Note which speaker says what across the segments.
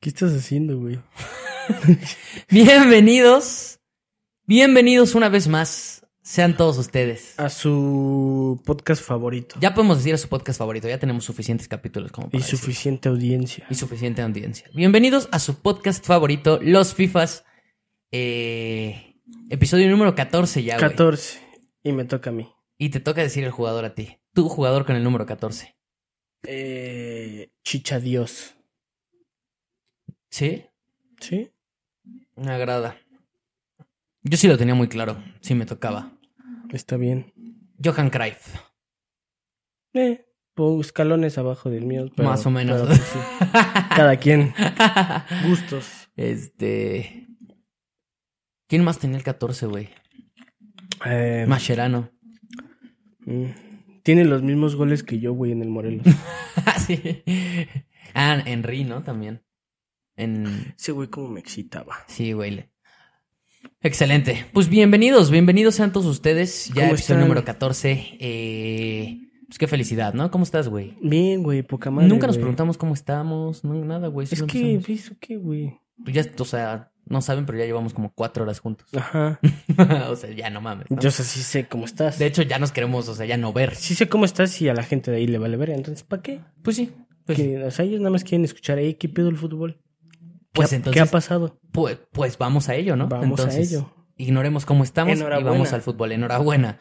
Speaker 1: ¿Qué estás haciendo, güey?
Speaker 2: Bienvenidos. Bienvenidos una vez más. Sean todos ustedes.
Speaker 1: A su podcast favorito.
Speaker 2: Ya podemos decir a su podcast favorito. Ya tenemos suficientes capítulos como para
Speaker 1: y
Speaker 2: decir.
Speaker 1: suficiente audiencia.
Speaker 2: y suficiente audiencia. Bienvenidos a su podcast favorito, Los Fifas. Eh, episodio número 14 ya, güey.
Speaker 1: 14. Y me toca a mí.
Speaker 2: Y te toca decir el jugador a ti. Tu jugador con el número 14.
Speaker 1: Eh, Chicha Dios.
Speaker 2: ¿Sí?
Speaker 1: ¿Sí?
Speaker 2: Me agrada. Yo sí lo tenía muy claro. Sí me tocaba.
Speaker 1: Está bien.
Speaker 2: Johan Cruyff.
Speaker 1: Eh, pongo escalones abajo del mío. pero-
Speaker 2: Más o menos.
Speaker 1: pero, pues, sí. Cada quien. Gustos.
Speaker 2: este. ¿Quién más tenía el 14, güey?
Speaker 1: Eh,
Speaker 2: Mascherano.
Speaker 1: mm, tiene los mismos goles que yo, güey, en el Morelos.
Speaker 2: Ah, sí. Ah, Henry, ¿no? También. En...
Speaker 1: Ese güey como me excitaba.
Speaker 2: Sí, güey. le- Excelente. Pues bienvenidos, bienvenidos sean todos ustedes. Ya
Speaker 1: ¿Cómo
Speaker 2: episodio
Speaker 1: están?
Speaker 2: número 14. Eh... Pues qué felicidad, ¿no? ¿Cómo estás, güey?
Speaker 1: Bien, güey, poca madre.
Speaker 2: Nunca nos
Speaker 1: güey.
Speaker 2: preguntamos cómo estamos, no, nada, güey.
Speaker 1: Es
Speaker 2: solo
Speaker 1: que,
Speaker 2: empezamos.
Speaker 1: ¿eso qué, güey?
Speaker 2: Pues ya, o sea, no saben, pero ya llevamos como cuatro horas juntos.
Speaker 1: Ajá.
Speaker 2: o sea, ya no mames. ¿no?
Speaker 1: Yo o sea, sí sé cómo estás.
Speaker 2: De hecho, ya nos queremos, o sea, ya no ver.
Speaker 1: sí sé cómo estás y a la gente de ahí le vale ver. Entonces, ¿para qué?
Speaker 2: Pues sí. Pues, sí.
Speaker 1: Que, o sea, ellos nada más quieren escuchar ahí qué pedo el fútbol. ¿Qué,
Speaker 2: Pues
Speaker 1: ha,
Speaker 2: entonces-
Speaker 1: ¿Qué ha pasado?
Speaker 2: Pues, pues vamos a ello, ¿no?
Speaker 1: Vamos a
Speaker 2: Entonces,
Speaker 1: ello.
Speaker 2: Ignoremos cómo estamos y
Speaker 1: Enhorabuena.
Speaker 2: vamos al fútbol. Enhorabuena.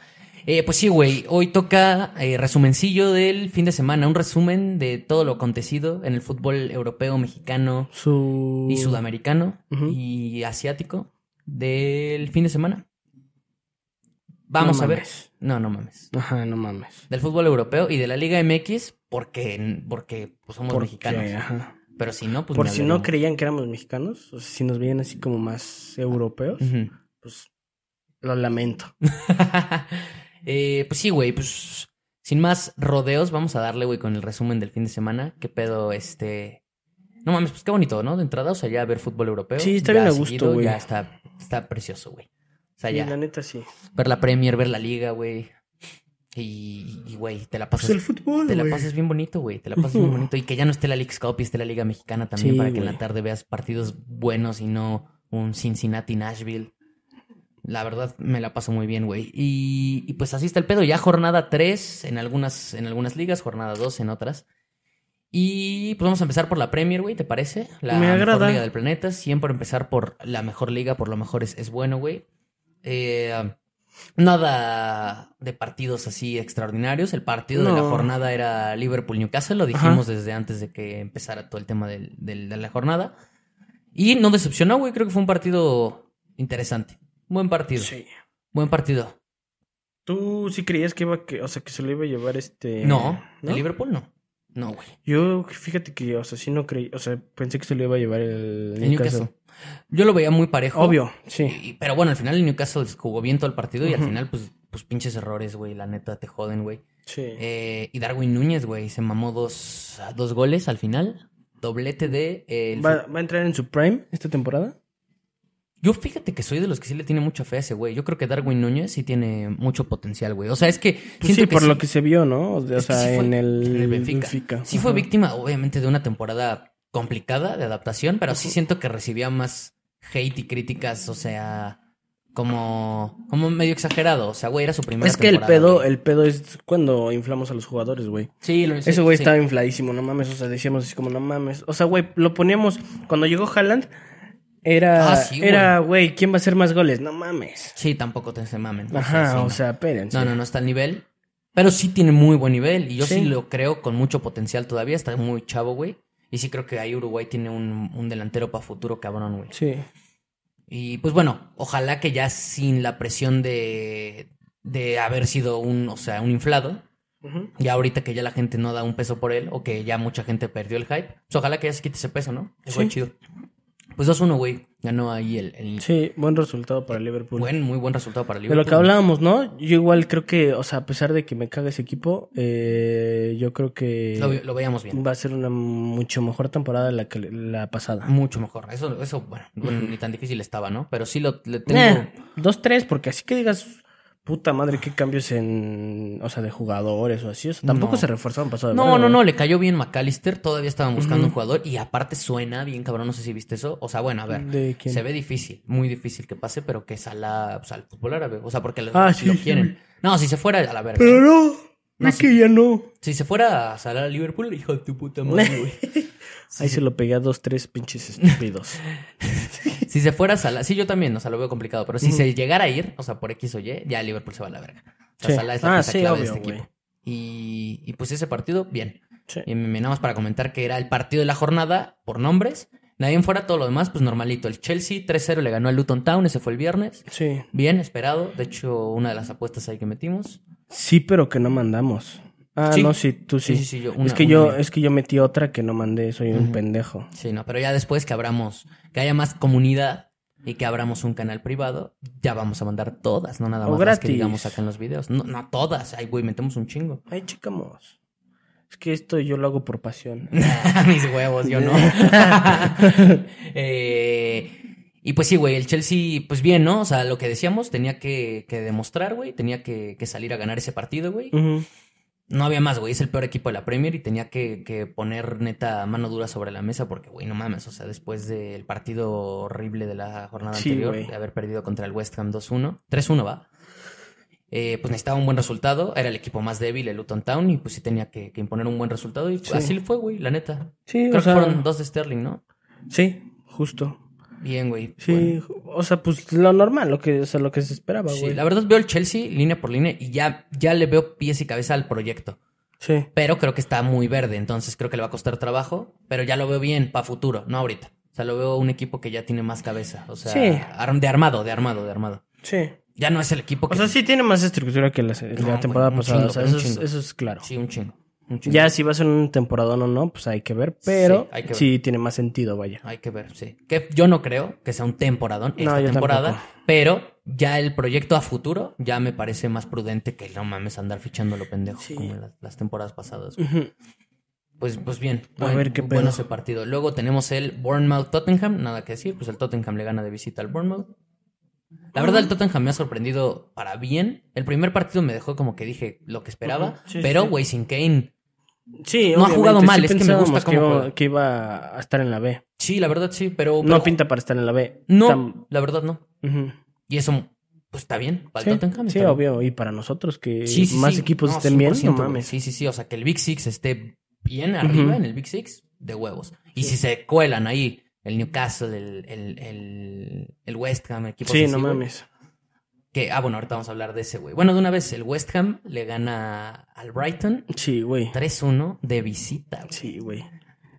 Speaker 2: Eh, pues sí, güey. Hoy toca eh, resumencillo del fin de semana. Un resumen de todo lo acontecido en el fútbol europeo, mexicano
Speaker 1: Su...
Speaker 2: y sudamericano
Speaker 1: Uh. Ujú.
Speaker 2: y asiático del fin de semana. Vamos
Speaker 1: No
Speaker 2: a ver.
Speaker 1: mames.
Speaker 2: No, no mames.
Speaker 1: Ajá, no mames.
Speaker 2: Del fútbol europeo y de la Liga MX porque, porque pues, somos mexicanos.
Speaker 1: Porque, ajá.
Speaker 2: Pero si no, pues.
Speaker 1: Por
Speaker 2: ni
Speaker 1: si no
Speaker 2: hablaríamos.
Speaker 1: creían que éramos mexicanos, o sea, si nos veían así como más europeos,
Speaker 2: Ujú.
Speaker 1: pues lo lamento.
Speaker 2: Eh, pues sí, güey, pues sin más rodeos, vamos a darle, güey, con el resumen del fin de semana. ¿Qué pedo, este? No mames, pues qué bonito, ¿no? De entrada, o sea, ya ver fútbol europeo.
Speaker 1: Sí, está
Speaker 2: ya
Speaker 1: bien a gusto,
Speaker 2: seguido,
Speaker 1: güey.
Speaker 2: Ya está, está precioso, güey. O sea,
Speaker 1: Y
Speaker 2: ya
Speaker 1: la neta sí.
Speaker 2: ver la Premier, ver la Liga, güey. Y, y, güey, te la pasas.
Speaker 1: Pues el fútbol,
Speaker 2: te la
Speaker 1: güey.
Speaker 2: pasas bien bonito, güey. Te la pasas bien bonito. Y que ya no esté la League's Cup y esté la Liga Mexicana también
Speaker 1: Sí,
Speaker 2: para que en la
Speaker 1: güey.
Speaker 2: tarde veas partidos buenos y no un Cincinnati-Nashville. La verdad, me la paso muy bien, güey. Y, y pues así está el pedo. Ya jornada 3 en algunas, en algunas ligas, jornada 2 en otras. Y pues vamos a empezar por la Premier, güey, ¿te parece? La
Speaker 1: Me agrada.
Speaker 2: mejor liga del planeta. Siempre empezar por la mejor liga, por lo mejor es, es bueno, güey. Eh, nada de partidos así extraordinarios. El partido de la
Speaker 1: No.
Speaker 2: jornada era Liverpool-Newcastle. Lo dijimos desde antes de que empezara todo el tema del- del- de la jornada. Y no decepcionó, güey. Creo que fue un partido interesante. Buen partido.
Speaker 1: Sí.
Speaker 2: Buen partido.
Speaker 1: ¿Tú sí creías que iba que, o sea, que se lo iba a llevar este
Speaker 2: No, el Liverpool no. No, güey.
Speaker 1: Yo fíjate que, o sea, sí no creí, o sea, pensé que se lo iba a llevar el,
Speaker 2: El Newcastle. Yo lo veía muy parejo.
Speaker 1: Obvio, sí.
Speaker 2: Y- pero bueno, al final el Newcastle jugó bien todo el partido y al
Speaker 1: Ujú.
Speaker 2: final, pues, pues pinches errores, güey. La neta, te joden, güey.
Speaker 1: Sí.
Speaker 2: Eh, y Darwin Núñez, güey, se mamó dos, dos goles al final. Doblete de... eh, el- Pues
Speaker 1: ¿Va, va a entrar en su prime esta temporada?
Speaker 2: Yo fíjate que soy de los que sí le tiene mucha fe a ese güey. Yo creo que Darwin Núñez sí tiene mucho potencial, güey. O sea, es que...
Speaker 1: Pues
Speaker 2: siento
Speaker 1: sí, por
Speaker 2: sí-
Speaker 1: lo que se vio, ¿no? O sea,
Speaker 2: Es que sí fue-
Speaker 1: en, el,
Speaker 2: en el Benfica. Sí fue
Speaker 1: Ajá.
Speaker 2: víctima, obviamente, de una temporada complicada de adaptación, pero sí siento que recibía más hate y críticas, o sea, como, como medio exagerado. O sea, güey, era su primera
Speaker 1: Es que el
Speaker 2: temporada,
Speaker 1: pedo,
Speaker 2: güey.
Speaker 1: el pedo es cuando inflamos a los jugadores, güey.
Speaker 2: Sí, lo sí,
Speaker 1: Ese güey
Speaker 2: sí.
Speaker 1: estaba infladísimo, no mames. O sea, decíamos así como, no mames. O sea, güey, lo poníamos. Cuando llegó Haaland, era.
Speaker 2: Ah, sí,
Speaker 1: era, güey, ¿quién va a hacer más goles? No mames.
Speaker 2: Sí, tampoco te se mamen. O sea,
Speaker 1: Ajá,
Speaker 2: sí,
Speaker 1: o
Speaker 2: no.
Speaker 1: sea, espérense.
Speaker 2: No, no, no está al nivel. Pero sí tiene muy buen nivel. Y yo sí,
Speaker 1: Sí.
Speaker 2: lo creo con mucho potencial todavía. Está muy chavo, güey. Y sí creo que ahí Uruguay tiene un, un delantero para futuro cabrón, güey.
Speaker 1: Sí.
Speaker 2: Y pues bueno, ojalá que ya sin la presión de, de haber sido un, o sea, un inflado.
Speaker 1: Ujú.
Speaker 2: Ya ahorita que ya la gente no da un peso por él o que ya mucha gente perdió el hype. Pues ojalá que ya se quite ese peso, ¿no? Es
Speaker 1: Sí.
Speaker 2: chido. Pues 2-1, güey. Ganó ahí el, el
Speaker 1: Sí, buen resultado para Liverpool.
Speaker 2: buen, muy buen resultado para
Speaker 1: De
Speaker 2: Liverpool.
Speaker 1: lo que hablábamos, ¿no? Yo igual creo que, o sea, a pesar de que me caga ese equipo, eh, yo creo que
Speaker 2: Lo, vi- lo veíamos bien.
Speaker 1: va a ser una mucho mejor temporada de la que la pasada.
Speaker 2: Mucho mejor. Eso, Eh, eso bueno, bueno, ni tan difícil estaba, ¿no? Pero sí lo le tengo.
Speaker 1: Eh, dos, tres, porque así que digas, puta madre, qué cambios en, o sea, de jugadores o así. O sea, tampoco
Speaker 2: No.
Speaker 1: se reforzaron pasado de
Speaker 2: No,
Speaker 1: verga,
Speaker 2: no,
Speaker 1: güey.
Speaker 2: no, le cayó bien McAllister, todavía estaban buscando un
Speaker 1: Ujú.
Speaker 2: jugador y aparte suena bien cabrón, no sé si viste eso. O sea, bueno, a ver,
Speaker 1: ¿De quién?
Speaker 2: se ve difícil, muy difícil que pase, pero que sala, o sea, al fútbol árabe, o sea, porque lo,
Speaker 1: Ah, sí,
Speaker 2: lo
Speaker 1: sí,
Speaker 2: quieren. No, si se fuera a la verga.
Speaker 1: Pero no,
Speaker 2: No,
Speaker 1: es
Speaker 2: sí.
Speaker 1: que ya no.
Speaker 2: Si se fuera a salar a Liverpool, hijo de tu puta madre, güey. Sí,
Speaker 1: Ahí
Speaker 2: sí.
Speaker 1: se lo pegué a dos, tres pinches estúpidos.
Speaker 2: Si se fuera a Salah, sí, yo también, o sea, lo veo complicado, pero si
Speaker 1: Ujú.
Speaker 2: se llegara a ir, o sea, por X o Y, ya Liverpool se va a la verga. O sea,
Speaker 1: Sí.
Speaker 2: Salah es la
Speaker 1: Ah,
Speaker 2: pieza
Speaker 1: sí,
Speaker 2: clave
Speaker 1: obvio,
Speaker 2: de este
Speaker 1: güey.
Speaker 2: equipo. Y, y pues ese partido, bien.
Speaker 1: Sí.
Speaker 2: Y me- nada más para comentar que era el partido de la jornada por nombres. De ahí en fuera todo lo demás, pues normalito. El Chelsea 3-0 le ganó al Luton Town, ese fue el viernes.
Speaker 1: Sí.
Speaker 2: Bien, esperado. De hecho, una de las apuestas ahí que metimos.
Speaker 1: Sí, pero que no mandamos. Ah,
Speaker 2: Sí.
Speaker 1: no, sí, tú sí.
Speaker 2: Sí, sí, sí, yo. una-
Speaker 1: es que
Speaker 2: una
Speaker 1: yo,
Speaker 2: mía.
Speaker 1: es que yo metí otra que no mandé, soy un
Speaker 2: Ujú.
Speaker 1: pendejo.
Speaker 2: Sí, no, pero ya después que abramos, que haya más comunidad y que abramos un canal privado, ya vamos a mandar todas, no nada
Speaker 1: O
Speaker 2: más las que
Speaker 1: gratis.
Speaker 2: digamos acá en los videos. No, no todas. Ay, güey, metemos un chingo.
Speaker 1: Ay, chicamos. Es que esto yo lo hago por pasión.
Speaker 2: Mis huevos, yo no. Eh, y pues sí, güey, el Chelsea, pues bien, ¿no? O sea, lo que decíamos, tenía que, que demostrar, güey, tenía que, que salir a ganar ese partido, güey.
Speaker 1: Ujú.
Speaker 2: No había más, güey, es el peor equipo de la Premier y tenía que, que poner neta mano dura sobre la mesa porque, güey, no mames, o sea, después del partido horrible de la jornada
Speaker 1: Sí,
Speaker 2: anterior,
Speaker 1: güey.
Speaker 2: de haber perdido contra el West Ham 2-1, 3-1 va, eh, pues necesitaba un buen resultado, era el equipo más débil, el Luton Town, y pues sí tenía que, que imponer un buen resultado y
Speaker 1: Sí.
Speaker 2: así le fue, güey, la neta.
Speaker 1: Sí,
Speaker 2: Creo
Speaker 1: o sea,
Speaker 2: que fueron dos de Sterling, ¿no?
Speaker 1: sí, justo.
Speaker 2: Bien, güey.
Speaker 1: Sí, o sea, pues lo normal, lo que, o sea, lo que se esperaba,
Speaker 2: Bueno, sí,
Speaker 1: güey.
Speaker 2: la verdad veo el Chelsea línea por línea y ya, ya le veo pies y cabeza al proyecto.
Speaker 1: Sí.
Speaker 2: pero creo que está muy verde, entonces creo que le va a costar trabajo, pero ya lo veo bien para futuro, no ahorita. O sea, lo veo un equipo que ya tiene más cabeza, o sea,
Speaker 1: Sí.
Speaker 2: ar- de armado, de armado, de armado.
Speaker 1: Sí.
Speaker 2: Ya no es el equipo que...
Speaker 1: O sea, sí tiene más estructura que la, se- la
Speaker 2: güey,
Speaker 1: temporada
Speaker 2: un
Speaker 1: pasada.
Speaker 2: chingo,
Speaker 1: o sea,
Speaker 2: un
Speaker 1: eso, es,
Speaker 2: chingo.
Speaker 1: eso es claro.
Speaker 2: Sí, un chingo, un chingo.
Speaker 1: Ya si va a ser un temporadón o no, pues hay que ver, pero
Speaker 2: hay que ver.
Speaker 1: sí tiene más sentido, vaya.
Speaker 2: Hay que ver, sí. Que yo no creo que sea un temporadón
Speaker 1: No,
Speaker 2: esta
Speaker 1: yo
Speaker 2: temporada,
Speaker 1: tampoco.
Speaker 2: pero ya el proyecto a futuro ya me parece más prudente que no mames andar fichando lo pendejo
Speaker 1: Sí.
Speaker 2: como las, las temporadas pasadas. güey.
Speaker 1: Ujú.
Speaker 2: Pues, pues bien,
Speaker 1: A ver qué
Speaker 2: bueno
Speaker 1: pedo.
Speaker 2: ese partido. Luego tenemos el Bournemouth-Tottenham, nada que decir, pues el Tottenham le gana de visita al Bournemouth. La verdad, el Tottenham me ha sorprendido para bien. El primer partido me dejó como que dije lo que esperaba,
Speaker 1: Ujú, sí,
Speaker 2: pero
Speaker 1: sí.
Speaker 2: güey, sin Kane.
Speaker 1: Sí,
Speaker 2: No ha
Speaker 1: obviamente,
Speaker 2: jugado
Speaker 1: sí
Speaker 2: mal, es que me gusta
Speaker 1: pensábamos
Speaker 2: cómo
Speaker 1: que iba,
Speaker 2: juega.
Speaker 1: que iba a estar en la B.
Speaker 2: Sí, la verdad sí, pero... pero-
Speaker 1: no pinta para estar en la B.
Speaker 2: No,
Speaker 1: Tam-
Speaker 2: la verdad no.
Speaker 1: Ujú.
Speaker 2: Y eso, pues está bien, para
Speaker 1: Sí,
Speaker 2: el Tottenham.
Speaker 1: sí,
Speaker 2: está bien.
Speaker 1: obvio. Y para nosotros que
Speaker 2: Sí, sí,
Speaker 1: más
Speaker 2: sí.
Speaker 1: equipos
Speaker 2: No,
Speaker 1: estén bien,
Speaker 2: 100%,
Speaker 1: no
Speaker 2: güey.
Speaker 1: mames.
Speaker 2: Sí, sí, sí. O sea, que el Big Six esté bien arriba en el Big Six, de huevos. Y si se cuelan ahí el Newcastle, el, el, el, el West Ham, equipos
Speaker 1: Sí,
Speaker 2: así,
Speaker 1: no
Speaker 2: güey,
Speaker 1: mames.
Speaker 2: Que, ah, bueno, ahorita vamos a hablar de ese, güey. Bueno, de una vez, el West Ham le gana al Brighton
Speaker 1: Sí, güey.
Speaker 2: 3-1 de visita, güey.
Speaker 1: Sí, güey.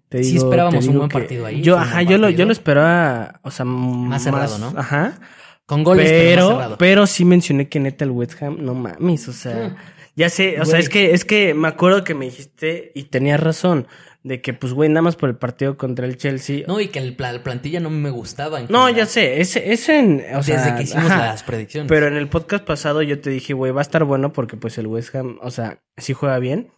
Speaker 1: Te
Speaker 2: Sí
Speaker 1: digo-
Speaker 2: esperábamos
Speaker 1: te
Speaker 2: un
Speaker 1: digo
Speaker 2: buen
Speaker 1: que-
Speaker 2: partido ahí,
Speaker 1: Yo,
Speaker 2: fue un
Speaker 1: ajá,
Speaker 2: buen
Speaker 1: yo lo, yo
Speaker 2: partido.
Speaker 1: lo esperaba, o sea, más
Speaker 2: cerrado, ¿no?
Speaker 1: Ajá.
Speaker 2: Con goles, pero, más
Speaker 1: Pero,
Speaker 2: cerrado.
Speaker 1: pero sí mencioné que neta el West Ham, no mames, o sea,
Speaker 2: Mm.
Speaker 1: ya sé, o sea,
Speaker 2: Güey.
Speaker 1: es que, es que me acuerdo que me dijiste y tenías razón, de que pues güey, nada más por el partido contra el Chelsea. No,
Speaker 2: No, y que el, pla- la plantilla no me gustaba. en
Speaker 1: ya
Speaker 2: general,
Speaker 1: sé, ese, ese en, o
Speaker 2: Desde
Speaker 1: sea,
Speaker 2: que hicimos
Speaker 1: ajá.
Speaker 2: las predicciones.
Speaker 1: Pero en el podcast pasado yo te dije, güey, va a estar bueno porque pues el West Ham, o sea, sí juega bien.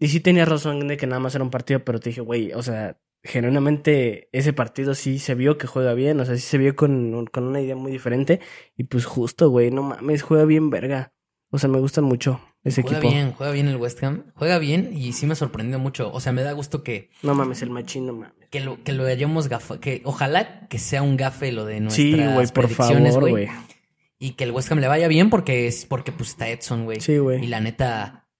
Speaker 1: Y sí tenías razón de que nada más era un partido, pero te dije, güey, o sea, genuinamente ese partido sí se vio que juega bien, o sea, sí se vio con, con una idea muy diferente. Y pues justo, güey, no mames, juega bien verga. O sea, me gustan mucho ese
Speaker 2: Juega
Speaker 1: equipo.
Speaker 2: bien, juega bien el West Ham. Juega bien y sí me sorprendió mucho. O sea, me da gusto que,
Speaker 1: No mames, el machín, no mames.
Speaker 2: que lo, que lo hayamos gafado. Que ojalá que sea un gafe lo de nuestras
Speaker 1: Sí, güey, por
Speaker 2: predicciones,
Speaker 1: favor,
Speaker 2: güey.
Speaker 1: güey.
Speaker 2: Y que el West Ham le vaya bien porque es porque pues está Edson, güey.
Speaker 1: Sí,
Speaker 2: Y
Speaker 1: güey.
Speaker 2: la neta.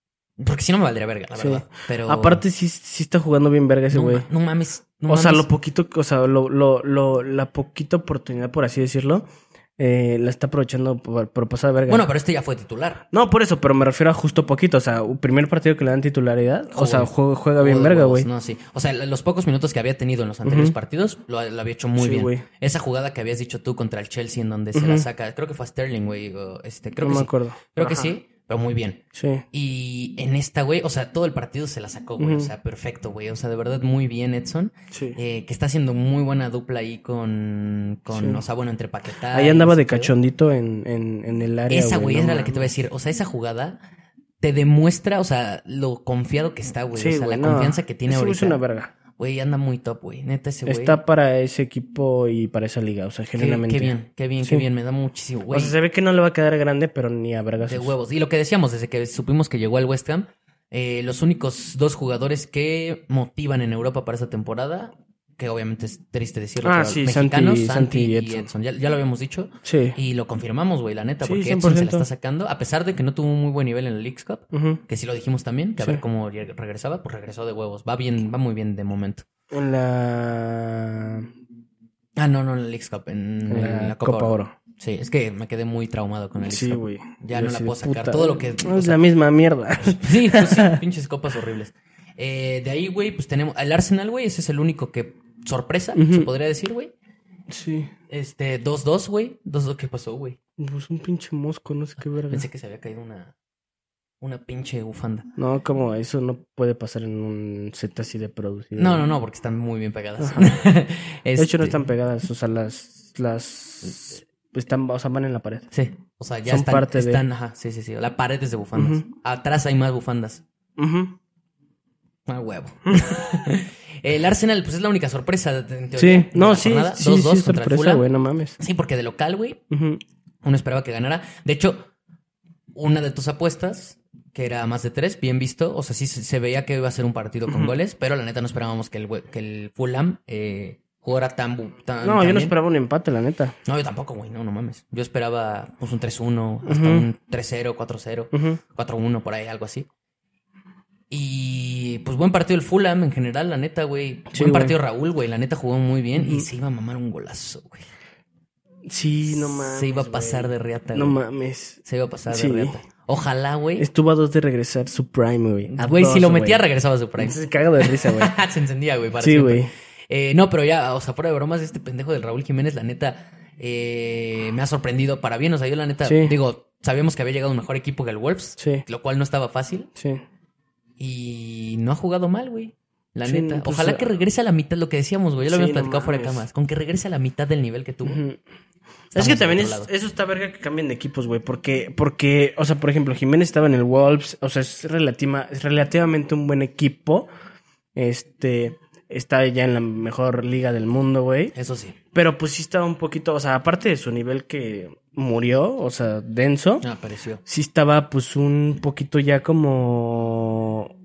Speaker 2: Porque si no me valdría verga, la
Speaker 1: Sí.
Speaker 2: verdad. Pero.
Speaker 1: Aparte sí, sí está jugando bien verga ese
Speaker 2: no,
Speaker 1: güey.
Speaker 2: ma- no mames. no
Speaker 1: o sea,
Speaker 2: mames.
Speaker 1: lo poquito, o sea, lo, lo, lo, la poquita oportunidad, por así decirlo, eh, la está aprovechando por, por pasar de verga.
Speaker 2: Bueno, pero este ya fue titular.
Speaker 1: no, por eso, pero me refiero a justo poquito. O sea, un primer partido que le dan titularidad, o sea,
Speaker 2: Joder.
Speaker 1: juega, juega
Speaker 2: Juego
Speaker 1: bien
Speaker 2: de
Speaker 1: verga,
Speaker 2: huevos,
Speaker 1: güey.
Speaker 2: No, sí. O sea, la- los pocos minutos que había tenido en los anteriores
Speaker 1: Ujú.
Speaker 2: partidos lo, lo había hecho muy
Speaker 1: Sí,
Speaker 2: bien.
Speaker 1: güey.
Speaker 2: Esa jugada que habías dicho tú contra el Chelsea en donde se
Speaker 1: Ujú.
Speaker 2: la saca. Creo que fue a Sterling, güey. o, Este, creo
Speaker 1: no
Speaker 2: que
Speaker 1: me
Speaker 2: sí.
Speaker 1: acuerdo.
Speaker 2: Creo que
Speaker 1: Ajá.
Speaker 2: sí, pero muy bien.
Speaker 1: Sí.
Speaker 2: Y en esta, güey, o sea, todo el partido se la sacó, güey. O
Speaker 1: Ujú.
Speaker 2: sea, perfecto, güey. O sea, de verdad, muy bien, Edson.
Speaker 1: Sí.
Speaker 2: eh, que está haciendo muy buena dupla ahí con. con
Speaker 1: Sí.
Speaker 2: O sea, bueno, entre Paquetá.
Speaker 1: Ahí
Speaker 2: y
Speaker 1: andaba
Speaker 2: ese
Speaker 1: de
Speaker 2: pedo.
Speaker 1: cachondito en, en, en el área.
Speaker 2: este, Esa, güey,
Speaker 1: no
Speaker 2: era la que te iba a
Speaker 1: mames.
Speaker 2: decir. O sea, esa jugada te demuestra, o sea, lo confiado que está, güey.
Speaker 1: Sí,
Speaker 2: o sea,
Speaker 1: güey,
Speaker 2: la
Speaker 1: no.
Speaker 2: confianza que tiene
Speaker 1: Ese güey
Speaker 2: ahorita.
Speaker 1: Es una verga.
Speaker 2: Güey, anda muy top, güey. Neta ese güey.
Speaker 1: Está para ese equipo y para esa liga, o sea,
Speaker 2: Qué-
Speaker 1: genuinamente.
Speaker 2: Qué bien, qué bien,
Speaker 1: Sí.
Speaker 2: qué bien. Me da muchísimo,
Speaker 1: O
Speaker 2: güey.
Speaker 1: sea, se ve que no le va a quedar grande, pero ni a vergas.
Speaker 2: De huevos. Y lo que decíamos desde que supimos que llegó al West Ham, eh, los únicos dos jugadores que motivan en Europa para esta temporada, que obviamente es triste decirlo,
Speaker 1: Ah,
Speaker 2: pero
Speaker 1: sí,
Speaker 2: mexicanos,
Speaker 1: Santi-
Speaker 2: Santi,
Speaker 1: Santi
Speaker 2: y
Speaker 1: y
Speaker 2: Edson,
Speaker 1: Edson.
Speaker 2: Ya, ya lo habíamos dicho.
Speaker 1: Sí.
Speaker 2: Y lo confirmamos, güey, la neta,
Speaker 1: Sí,
Speaker 2: porque Edson se la
Speaker 1: 100%.
Speaker 2: está sacando, a pesar de que no tuvo un muy buen nivel en la League's Cup,
Speaker 1: Ujú.
Speaker 2: que sí lo dijimos también, que a
Speaker 1: Sí.
Speaker 2: ver cómo lleg- regresaba, pues regresó de huevos. Va bien, va muy bien de momento.
Speaker 1: En la,
Speaker 2: Ah, no, no en la League's Cup, en,
Speaker 1: en
Speaker 2: en
Speaker 1: la
Speaker 2: la
Speaker 1: Eh, Copa,
Speaker 2: Oro.
Speaker 1: Oro.
Speaker 2: Sí, es que me quedé muy traumado con la League's
Speaker 1: Sí,
Speaker 2: Cup.
Speaker 1: güey.
Speaker 2: Ya
Speaker 1: Yo
Speaker 2: no la
Speaker 1: así de
Speaker 2: puedo sacar.
Speaker 1: puta.
Speaker 2: Todo lo que-
Speaker 1: No,
Speaker 2: o
Speaker 1: es
Speaker 2: sea-
Speaker 1: la misma mierda.
Speaker 2: Sí, pues sí, pinches copas horribles. Eh, de ahí, güey, pues tenemos. El Arsenal, güey, ese es el único que. Sorpresa,
Speaker 1: Ujú.
Speaker 2: se podría decir, güey.
Speaker 1: sí.
Speaker 2: Este, 2-2, güey. 2-2, ¿qué pasó, güey?
Speaker 1: Pues un pinche mosco, no sé qué verga.
Speaker 2: Pensé que se había caído una. Una pinche bufanda.
Speaker 1: No, como eso no puede pasar en un set así de producido.
Speaker 2: No, no, no, porque están muy bien pegadas.
Speaker 1: De hecho, no
Speaker 2: Este,
Speaker 1: están pegadas, o sea, las. las están, o sea, van en la pared.
Speaker 2: Sí, o sea, ya
Speaker 1: Son
Speaker 2: están.
Speaker 1: parte de-
Speaker 2: están ajá, sí, sí, sí. La pared es de bufandas.
Speaker 1: Ujú.
Speaker 2: Atrás hay más bufandas.
Speaker 1: Ujú.
Speaker 2: Ah, huevo. el Arsenal, pues es la única sorpresa. en teoría,
Speaker 1: Sí,
Speaker 2: de
Speaker 1: no,
Speaker 2: la
Speaker 1: sí,
Speaker 2: jornada.
Speaker 1: sí,
Speaker 2: 2-2
Speaker 1: sí,
Speaker 2: contra el
Speaker 1: sorpresa,
Speaker 2: Fulham.
Speaker 1: güey, no mames.
Speaker 2: Sí, porque de local, güey,
Speaker 1: Ujú.
Speaker 2: Uno esperaba que ganara. De hecho, una de tus apuestas, que era más de tres, bien visto. O sea, sí se se veía que iba a ser un partido con
Speaker 1: Ujú.
Speaker 2: goles, pero la neta no esperábamos que el, we- que el Fulham eh, jugara tan, bu-
Speaker 1: No,
Speaker 2: tan- tan
Speaker 1: yo no
Speaker 2: bien.
Speaker 1: esperaba un empate, la neta.
Speaker 2: No, yo tampoco, güey. No, no mames. Yo esperaba pues, un 3-1, hasta
Speaker 1: Ujú.
Speaker 2: un 3-0, 4-0,
Speaker 1: Ujú.
Speaker 2: 4-1, por ahí, algo así. Y pues buen partido el Fulham en general, la neta, güey.
Speaker 1: Sí,
Speaker 2: buen
Speaker 1: güey.
Speaker 2: partido Raúl, güey. La neta jugó muy bien y
Speaker 1: Ujú.
Speaker 2: se iba a mamar un golazo, güey.
Speaker 1: Sí, no mames.
Speaker 2: se iba a pasar
Speaker 1: güey.
Speaker 2: de reata,
Speaker 1: No
Speaker 2: güey.
Speaker 1: mames.
Speaker 2: Se iba a pasar
Speaker 1: Sí.
Speaker 2: de reata. Ojalá, güey.
Speaker 1: Estuvo a dos de regresar su prime, güey.
Speaker 2: Ah, Güey, si lo metía,
Speaker 1: regresar.
Speaker 2: regresaba a su prime.
Speaker 1: Se caga de risa, güey.
Speaker 2: se encendía, güey, para
Speaker 1: sí,
Speaker 2: siempre.
Speaker 1: güey.
Speaker 2: Eh, no, pero ya, o sea, fuera de bromas, este pendejo del Raúl Jiménez, la neta, eh, me ha sorprendido para bien. O sea, yo la neta,
Speaker 1: Sí.
Speaker 2: digo, sabíamos que había llegado un mejor equipo que el Wolves,
Speaker 1: Sí,
Speaker 2: lo cual no estaba fácil.
Speaker 1: sí.
Speaker 2: Y no ha jugado mal, güey. La
Speaker 1: Sí,
Speaker 2: neta.
Speaker 1: pues,
Speaker 2: Ojalá
Speaker 1: eh,
Speaker 2: que regrese a la mitad, lo que decíamos, güey. Ya lo
Speaker 1: sí,
Speaker 2: habíamos
Speaker 1: no
Speaker 2: platicado fuera de
Speaker 1: mames.
Speaker 2: camas. Con que regrese a la mitad del nivel que tuvo.
Speaker 1: Ujú.
Speaker 2: Estamos
Speaker 1: es que
Speaker 2: del
Speaker 1: también es-
Speaker 2: otro
Speaker 1: eh,
Speaker 2: lado.
Speaker 1: eso está verga que cambien de equipos, güey. Porque, porque, o sea, por ejemplo, Jiménez estaba en el Wolves, o sea, es, relativa, es relativamente un buen equipo. Este, está ya en la mejor liga del mundo, güey.
Speaker 2: Eso sí.
Speaker 1: Pero pues sí estaba un poquito, o sea, aparte de su nivel que murió, o sea, denso,
Speaker 2: Apareció.
Speaker 1: sí estaba pues un poquito ya como...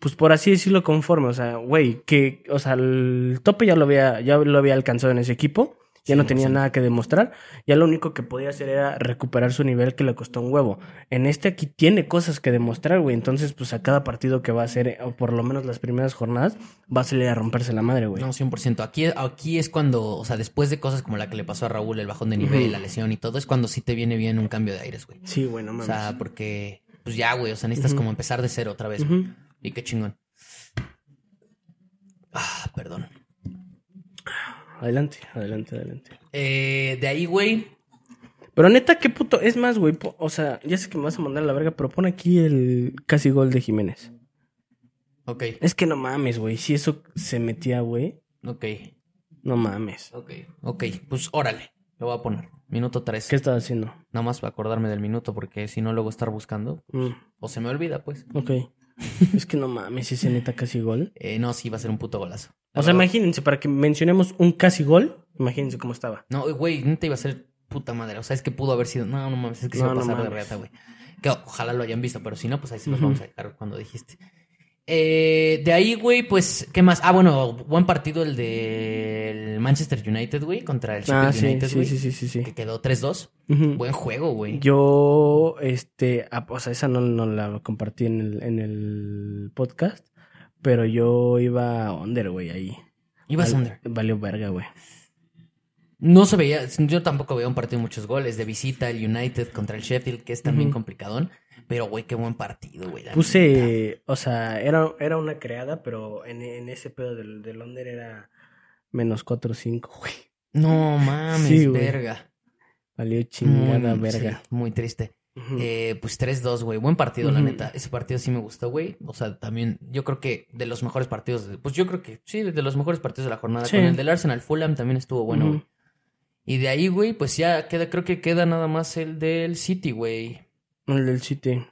Speaker 1: Pues por así decirlo conforme, o sea, güey, que, o sea, el tope ya lo había, ya lo había alcanzado en ese equipo, ya no tenía
Speaker 2: 100%.
Speaker 1: nada que demostrar, ya lo único que podía hacer era recuperar su nivel que le costó un huevo. En este aquí tiene cosas que demostrar, güey, entonces pues a cada partido que va a hacer, o por lo menos las primeras jornadas, va a salir a romperse la madre, güey.
Speaker 2: No, 100%. Aquí, aquí es cuando, o sea, después de cosas como la que le pasó a Raúl, el bajón de nivel,
Speaker 1: Ujú.
Speaker 2: la lesión y todo, es cuando sí te viene bien un cambio de aires, güey.
Speaker 1: Sí, güey, no
Speaker 2: O
Speaker 1: mames.
Speaker 2: sea, porque, pues ya, güey, o sea, necesitas
Speaker 1: Ujú.
Speaker 2: como empezar de cero otra vez. güey.
Speaker 1: Ujú.
Speaker 2: Y qué chingón. Ah, perdón.
Speaker 1: Adelante, adelante, adelante.
Speaker 2: Eh, de ahí, güey,
Speaker 1: Pero neta, qué puto. Es más, güey. po- O sea, ya sé que me vas a mandar a la verga, pero pon aquí el casi gol de Jiménez.
Speaker 2: ok,
Speaker 1: Es que no mames, güey. Si eso se metía, güey.
Speaker 2: ok,
Speaker 1: No mames.
Speaker 2: ok, ok, pues órale, lo voy a poner. Minuto 3.
Speaker 1: ¿Qué estás haciendo?
Speaker 2: Nada más para acordarme del minuto, porque si no, luego estar buscando,
Speaker 1: Mm,
Speaker 2: o se me olvida, pues.
Speaker 1: ok. es que no mames, ese neta casi gol.
Speaker 2: Eh, no, sí, va a ser un puto golazo. La
Speaker 1: O sea,
Speaker 2: verdad.
Speaker 1: imagínense, para que mencionemos un casi gol, imagínense cómo estaba.
Speaker 2: No, güey, no te iba a ser puta madre. O sea, es que pudo haber sido. No, no mames, es que se
Speaker 1: No,
Speaker 2: iba a
Speaker 1: no
Speaker 2: pasar de
Speaker 1: mames.
Speaker 2: reata, güey. Que ojalá lo hayan visto, pero si no, pues ahí se los
Speaker 1: Ujú.
Speaker 2: vamos a dejar cuando dijiste. Eh, de ahí, güey, pues, ¿qué más? Ah, bueno, buen partido el del Manchester United, güey, contra el Sheffield
Speaker 1: Ah, sí,
Speaker 2: United,
Speaker 1: sí,
Speaker 2: güey.
Speaker 1: sí, sí, sí. sí.
Speaker 2: Que quedó 3-2.
Speaker 1: Ujú.
Speaker 2: Buen juego, güey.
Speaker 1: Yo, este, ah, o sea, esa no, no la compartí en el, en el podcast, pero yo iba a under, güey, ahí.
Speaker 2: Iba
Speaker 1: Val-
Speaker 2: Sander.
Speaker 1: Valió verga, güey.
Speaker 2: No se veía, yo tampoco veía un partido de muchos goles. De visita, el United contra el Sheffield, que es también
Speaker 1: Ujú.
Speaker 2: complicadón. Pero, güey, qué buen partido, güey. la neta.
Speaker 1: Puse, o sea, era, era una creada, pero en, en ese pedo del, del under era menos 4 5, güey.
Speaker 2: No mames,
Speaker 1: Sí, güey.
Speaker 2: verga.
Speaker 1: Valió chingada
Speaker 2: Muy-
Speaker 1: verga.
Speaker 2: Mm, sí, muy triste.
Speaker 1: Ujú.
Speaker 2: Eh, pues 3-2, güey. Buen partido, la
Speaker 1: Ujú.
Speaker 2: neta. Ese partido sí me gustó, güey. O sea, también yo creo que de los mejores partidos. de- Pues yo creo que sí, de los mejores partidos de la jornada.
Speaker 1: Sí.
Speaker 2: Con el del Arsenal Fulham también estuvo bueno,
Speaker 1: Ujú.
Speaker 2: güey. Y de ahí, güey, pues ya queda, creo que queda nada más el del City, güey.
Speaker 1: El del City.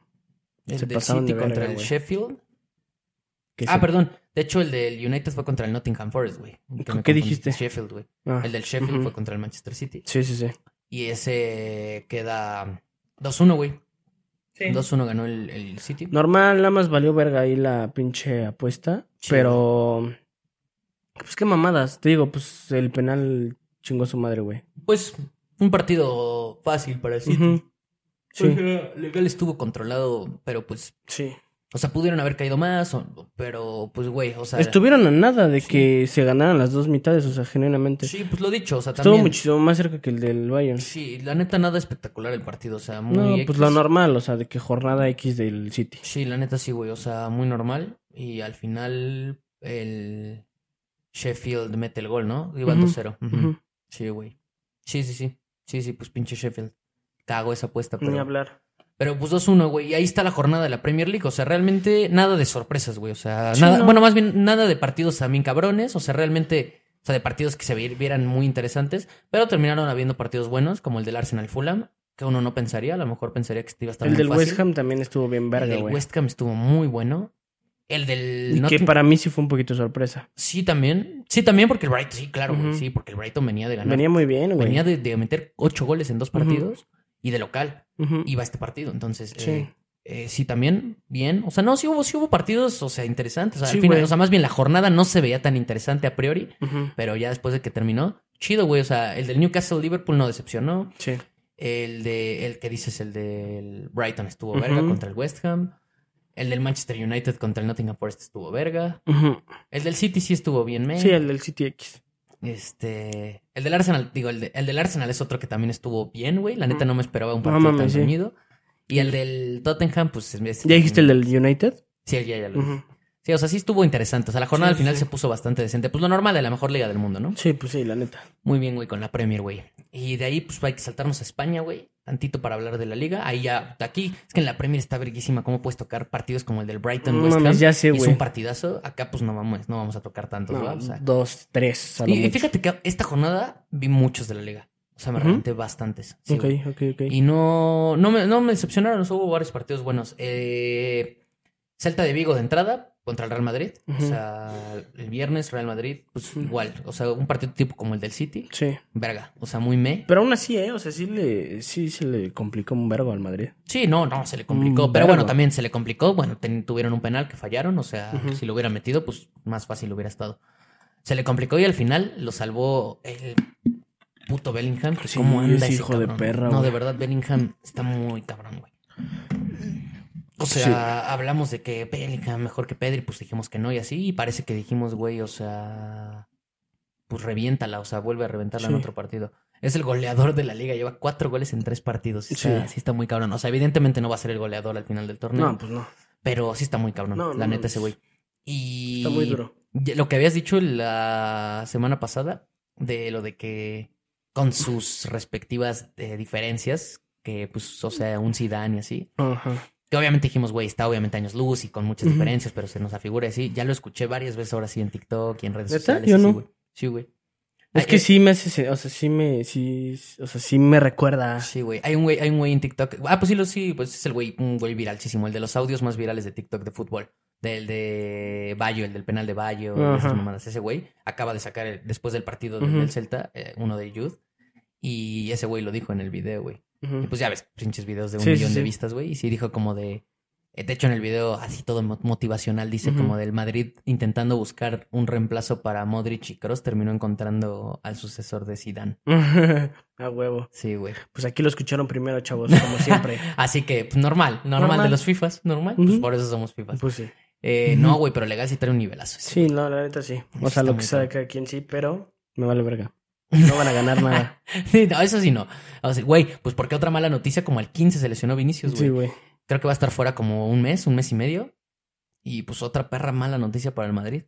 Speaker 2: El
Speaker 1: Se
Speaker 2: del
Speaker 1: pasaron
Speaker 2: City
Speaker 1: de verga,
Speaker 2: contra el
Speaker 1: güey.
Speaker 2: Sheffield.
Speaker 1: que
Speaker 2: Ah,
Speaker 1: se-
Speaker 2: perdón. De hecho, el del United fue contra el Nottingham Forest, güey. Que me
Speaker 1: ¿Qué
Speaker 2: confundí.
Speaker 1: dijiste?
Speaker 2: Sheffield, güey.
Speaker 1: Ah,
Speaker 2: El del Sheffield
Speaker 1: ujú.
Speaker 2: fue contra el Manchester City.
Speaker 1: Sí, sí, sí.
Speaker 2: Y ese queda 2-1, güey. 2-1 ganó el, el City.
Speaker 1: Normal, nada más valió verga ahí la pinche apuesta.
Speaker 2: Sí.
Speaker 1: Pero. Pues qué mamadas. Te digo, pues el penal chingó a su madre, güey.
Speaker 2: Pues un partido fácil para el City.
Speaker 1: Ujú. Sí,
Speaker 2: O sea, legal estuvo controlado, pero pues.
Speaker 1: sí.
Speaker 2: O sea, pudieron haber caído más, o- pero pues, güey, o sea.
Speaker 1: Estuvieron a nada de que se ganaran las dos mitades, o sea, genuinamente.
Speaker 2: Sí, pues lo dicho, o sea,
Speaker 1: Estuvo
Speaker 2: también.
Speaker 1: muchísimo más cerca que el del Bayern.
Speaker 2: Sí, la neta, nada espectacular el partido, o sea, muy.
Speaker 1: No,
Speaker 2: X.
Speaker 1: pues lo normal, o sea, de que jornada X del City.
Speaker 2: Sí, la neta sí, güey. O sea, muy normal. Y al final el Sheffield mete el gol, ¿no? Iba
Speaker 1: Ujú,
Speaker 2: 2-0. Ujú.
Speaker 1: Ujú.
Speaker 2: Sí, güey. Sí, sí, sí. Sí, sí, pues pinche Sheffield. Cago esa apuesta,
Speaker 1: Ni
Speaker 2: pero.
Speaker 1: hablar.
Speaker 2: Pero pues 2-1, güey. Y ahí está la jornada de la Premier League. O sea, realmente nada de sorpresas, güey. O sea,
Speaker 1: Sí,
Speaker 2: nada.
Speaker 1: no.
Speaker 2: Bueno, más bien nada de partidos también cabrones. O sea, realmente. O sea, de partidos que se vi- vieran muy interesantes. Pero terminaron habiendo partidos buenos, como el del Arsenal Fulham. Que uno no pensaría. A lo mejor pensaría que este iba a estar
Speaker 1: el
Speaker 2: muy
Speaker 1: del
Speaker 2: fácil.
Speaker 1: West Ham también estuvo bien verga,
Speaker 2: El del
Speaker 1: güey.
Speaker 2: West Ham estuvo muy bueno. El
Speaker 1: Y
Speaker 2: del
Speaker 1: que
Speaker 2: Nottingham-
Speaker 1: para mí sí fue un poquito sorpresa.
Speaker 2: Sí, también. Sí, también porque el Brighton, sí, claro, güey,
Speaker 1: Ujú.
Speaker 2: sí, porque el Brighton venía de ganar.
Speaker 1: Venía muy bien, güey.
Speaker 2: Venía de, de meter ocho goles en dos
Speaker 1: Ujú.
Speaker 2: partidos y de local
Speaker 1: Ujú.
Speaker 2: iba este partido. Entonces,
Speaker 1: Sí.
Speaker 2: eh, eh, sí, también, bien. O sea, no, sí hubo, sí hubo partidos, o sea, interesantes. O sea,
Speaker 1: Sí,
Speaker 2: al final,
Speaker 1: güey.
Speaker 2: o sea, más bien la jornada no se veía tan interesante a priori,
Speaker 1: Ujú.
Speaker 2: pero ya después de que terminó, chido, güey. O sea, el del Newcastle Liverpool no decepcionó.
Speaker 1: Sí.
Speaker 2: El de el que dices, el del Brighton estuvo verga
Speaker 1: Ujú.
Speaker 2: contra el West Ham. El del Manchester United contra el Nottingham Forest estuvo verga.
Speaker 1: Ujú.
Speaker 2: El del City sí estuvo bien, men.
Speaker 1: Sí, el del City X.
Speaker 2: Este. El del Arsenal, digo, el, de- el del Arsenal es otro que también estuvo bien, güey. La neta no me esperaba un
Speaker 1: Mm. No
Speaker 2: partido tan
Speaker 1: mames, sí.
Speaker 2: reñido. Y el del Tottenham, pues es- es-
Speaker 1: ¿Ya dijiste el del United?
Speaker 2: Sí, ya, ya lo dije.
Speaker 1: Ujú.
Speaker 2: Sí, o sea, sí estuvo interesante. O sea, la jornada
Speaker 1: Sí,
Speaker 2: al final
Speaker 1: sí.
Speaker 2: se puso bastante decente. Pues lo normal de la mejor liga del mundo, ¿no?
Speaker 1: Sí, pues sí, la neta.
Speaker 2: Muy bien, güey, con la Premier, güey. Y de ahí, pues hay que saltarnos a España, güey. Tantito para hablar de la liga. Ahí ya, aquí, es que en la Premier está verguísima. ¿Cómo puedes tocar partidos como el del Brighton,
Speaker 1: No
Speaker 2: West Ham?
Speaker 1: mames, ya sé,
Speaker 2: Y es
Speaker 1: güey.
Speaker 2: un partidazo. Acá, pues no vamos, no Pues vamos a tocar tantos,
Speaker 1: No,
Speaker 2: ¿verdad? O sea,
Speaker 1: dos, tres. a lo
Speaker 2: y, y
Speaker 1: mucho.
Speaker 2: fíjate que esta jornada vi muchos de la liga. O sea, me
Speaker 1: Ujú.
Speaker 2: reventé bastantes. sí,
Speaker 1: ok,
Speaker 2: güey.
Speaker 1: ok, ok.
Speaker 2: Y no, no, me, no me decepcionaron. o sea, hubo varios partidos buenos. Eh, Celta de Vigo de entrada contra el Real Madrid.
Speaker 1: Ujú.
Speaker 2: O sea, el viernes Real Madrid, pues
Speaker 1: Ujú.
Speaker 2: igual. O sea, un partido tipo como el del City
Speaker 1: Sí.
Speaker 2: verga, o sea, muy me.
Speaker 1: Pero aún así, ¿eh? O sea, sí, le, sí se le complicó un vergo al Madrid.
Speaker 2: Sí, no, no, se le complicó.
Speaker 1: Mm,
Speaker 2: pero bueno,
Speaker 1: verga.
Speaker 2: también se le complicó. Bueno, ten- tuvieron un penal que fallaron, o sea,
Speaker 1: Ujú.
Speaker 2: si lo hubiera metido, pues más fácil hubiera estado. Se le complicó y al final lo salvó el puto Bellingham. que
Speaker 1: Sí,
Speaker 2: ¿Cómo anda
Speaker 1: ese
Speaker 2: ese
Speaker 1: hijo de
Speaker 2: cabrón?
Speaker 1: perra,
Speaker 2: No,
Speaker 1: güey.
Speaker 2: de verdad, Bellingham está muy cabrón, güey. O sea,
Speaker 1: Sí.
Speaker 2: hablamos de que Bellingham mejor que Pedri, pues dijimos que no y así. Y parece que dijimos, güey, o sea, pues reviéntala, o sea, vuelve a reventarla en
Speaker 1: Sí.
Speaker 2: otro partido. Es el goleador de la liga, lleva cuatro goles en tres partidos. Sí. Está,
Speaker 1: Sí.
Speaker 2: sí está muy cabrón. O sea, evidentemente no va a ser el goleador al final del torneo,
Speaker 1: No, pues no.
Speaker 2: pero sí está muy cabrón.
Speaker 1: No, no
Speaker 2: la neta,
Speaker 1: mames.
Speaker 2: ese güey. Y
Speaker 1: Está muy duro.
Speaker 2: ya- Lo que habías dicho la semana pasada, de lo de que con sus respectivas eh, diferencias, que pues, o sea, un Zidane y así,
Speaker 1: Ajá.
Speaker 2: que obviamente dijimos, güey, está obviamente años luz y con muchas
Speaker 1: Ujú.
Speaker 2: diferencias, pero se nos afigura y así. Ya lo escuché varias veces ahora sí en TikTok y en redes
Speaker 1: ¿Neta?
Speaker 2: sociales.
Speaker 1: Yo
Speaker 2: y sí,
Speaker 1: no.
Speaker 2: güey. Sí, güey.
Speaker 1: Es
Speaker 2: Ah,
Speaker 1: que
Speaker 2: eh,
Speaker 1: sí me hace, se- o sea, sí me, sí, o sea, sí me recuerda.
Speaker 2: Ah, Sí, güey. Hay un güey, hay un güey en TikTok. Ah, pues sí, lo, sí, pues es el güey, un güey viralísimo, el de los audios más virales de TikTok de fútbol. Del de Bayo, el del penal de Bayo, de esas
Speaker 1: Ajá.
Speaker 2: mamadas. Ese güey acaba de sacar, el- después del partido del,
Speaker 1: Ujú.
Speaker 2: del Celta, eh, uno de Youth. Y ese güey lo dijo en el video, güey.
Speaker 1: Ujú.
Speaker 2: Y pues ya ves, pinches videos de un
Speaker 1: Sí, sí,
Speaker 2: millón de
Speaker 1: sí.
Speaker 2: vistas, güey. Y sí dijo como de. eh, De hecho, en el video así todo mo- motivacional dice
Speaker 1: Ujú.
Speaker 2: como del Madrid intentando buscar un reemplazo para Modric y Cross terminó encontrando al sucesor de Zidane.
Speaker 1: A huevo.
Speaker 2: Sí, güey.
Speaker 1: Pues aquí lo escucharon primero, chavos, como siempre.
Speaker 2: Así que, pues, normal, normal,
Speaker 1: Normal.
Speaker 2: de los FIFAs, normal. Pues
Speaker 1: Ujú.
Speaker 2: por eso somos FIFAs.
Speaker 1: Pues sí.
Speaker 2: Eh,
Speaker 1: Ujú.
Speaker 2: no, güey, pero legal sí trae un nivelazo. ese.
Speaker 1: Sí, no, la neta sí. O sea,
Speaker 2: Pues Está
Speaker 1: lo
Speaker 2: muy
Speaker 1: que sea de
Speaker 2: cabrón.
Speaker 1: cada quien sí, pero me vale verga. No van a ganar nada.
Speaker 2: Sí, no, eso sí no. O sea, güey, pues porque otra mala noticia, como al 15 se lesionó Vinicius, güey.
Speaker 1: Sí, güey.
Speaker 2: Creo que va a estar fuera como un mes, un mes y medio. Y pues otra perra mala noticia para el Madrid.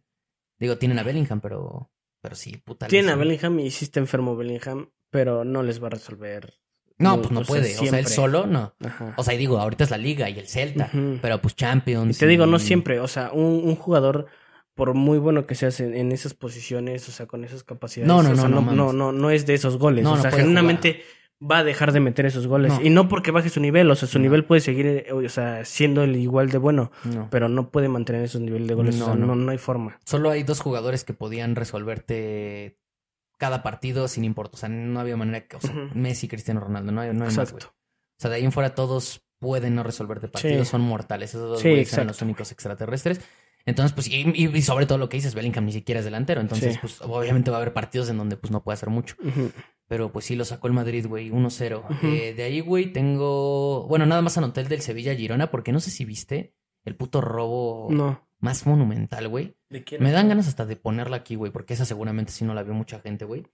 Speaker 2: Digo, tienen a Bellingham, pero. Pero sí, puta.
Speaker 1: Tienen a
Speaker 2: lesión.
Speaker 1: Bellingham y sí está enfermo Bellingham, pero no les va a resolver.
Speaker 2: No, pues no
Speaker 1: O sea,
Speaker 2: puede. o sea, él
Speaker 1: siempre.
Speaker 2: solo, no.
Speaker 1: Ajá.
Speaker 2: O sea, y digo, ahorita es la Liga y el Celta.
Speaker 1: Ujú.
Speaker 2: Pero pues Champions.
Speaker 1: Y te digo, no
Speaker 2: y-
Speaker 1: siempre, o sea, un, un jugador, por muy bueno que seas en, en esas posiciones, o sea, con esas capacidades,
Speaker 2: No, no,
Speaker 1: o sea,
Speaker 2: no, no
Speaker 1: no,
Speaker 2: mames.
Speaker 1: no, no, no es de esos goles.
Speaker 2: No,
Speaker 1: o
Speaker 2: no
Speaker 1: sea,
Speaker 2: puede
Speaker 1: genuinamente va a dejar de meter esos goles.
Speaker 2: No.
Speaker 1: Y no porque baje su nivel, o sea, su
Speaker 2: No.
Speaker 1: nivel puede seguir eh, o sea, siendo el igual de bueno,
Speaker 2: No.
Speaker 1: pero no puede mantener esos niveles de goles.
Speaker 2: No,
Speaker 1: o sea,
Speaker 2: no.
Speaker 1: no. no hay forma.
Speaker 2: Solo hay dos jugadores que podían resolverte cada partido sin importar. O sea, no había manera que. O sea,
Speaker 1: Ujú.
Speaker 2: Messi, Cristiano Ronaldo, no hay, no hay más, güey.
Speaker 1: Exacto.
Speaker 2: O sea, de ahí en fuera todos pueden no resolverte partidos,
Speaker 1: Sí.
Speaker 2: son mortales. Esos dos
Speaker 1: Sí,
Speaker 2: güeyes eran
Speaker 1: exacto,
Speaker 2: los únicos extraterrestres. Entonces, pues, y, y- y sobre todo lo que dices, Bellingham ni siquiera es delantero. Entonces,
Speaker 1: Sí.
Speaker 2: pues, obviamente va a haber partidos en donde, pues, no puede hacer mucho.
Speaker 1: Ujú.
Speaker 2: Pero, pues, sí lo sacó el Madrid, güey, 1-0.
Speaker 1: Ujú.
Speaker 2: Eh, de ahí, güey, tengo... Bueno, nada más anoté el del Sevilla-Girona, porque no sé si viste el puto robo
Speaker 1: No.
Speaker 2: más monumental, güey. Oh. Me dan ganas hasta de ponerla aquí, güey, porque esa seguramente sí no la vio mucha gente, güey.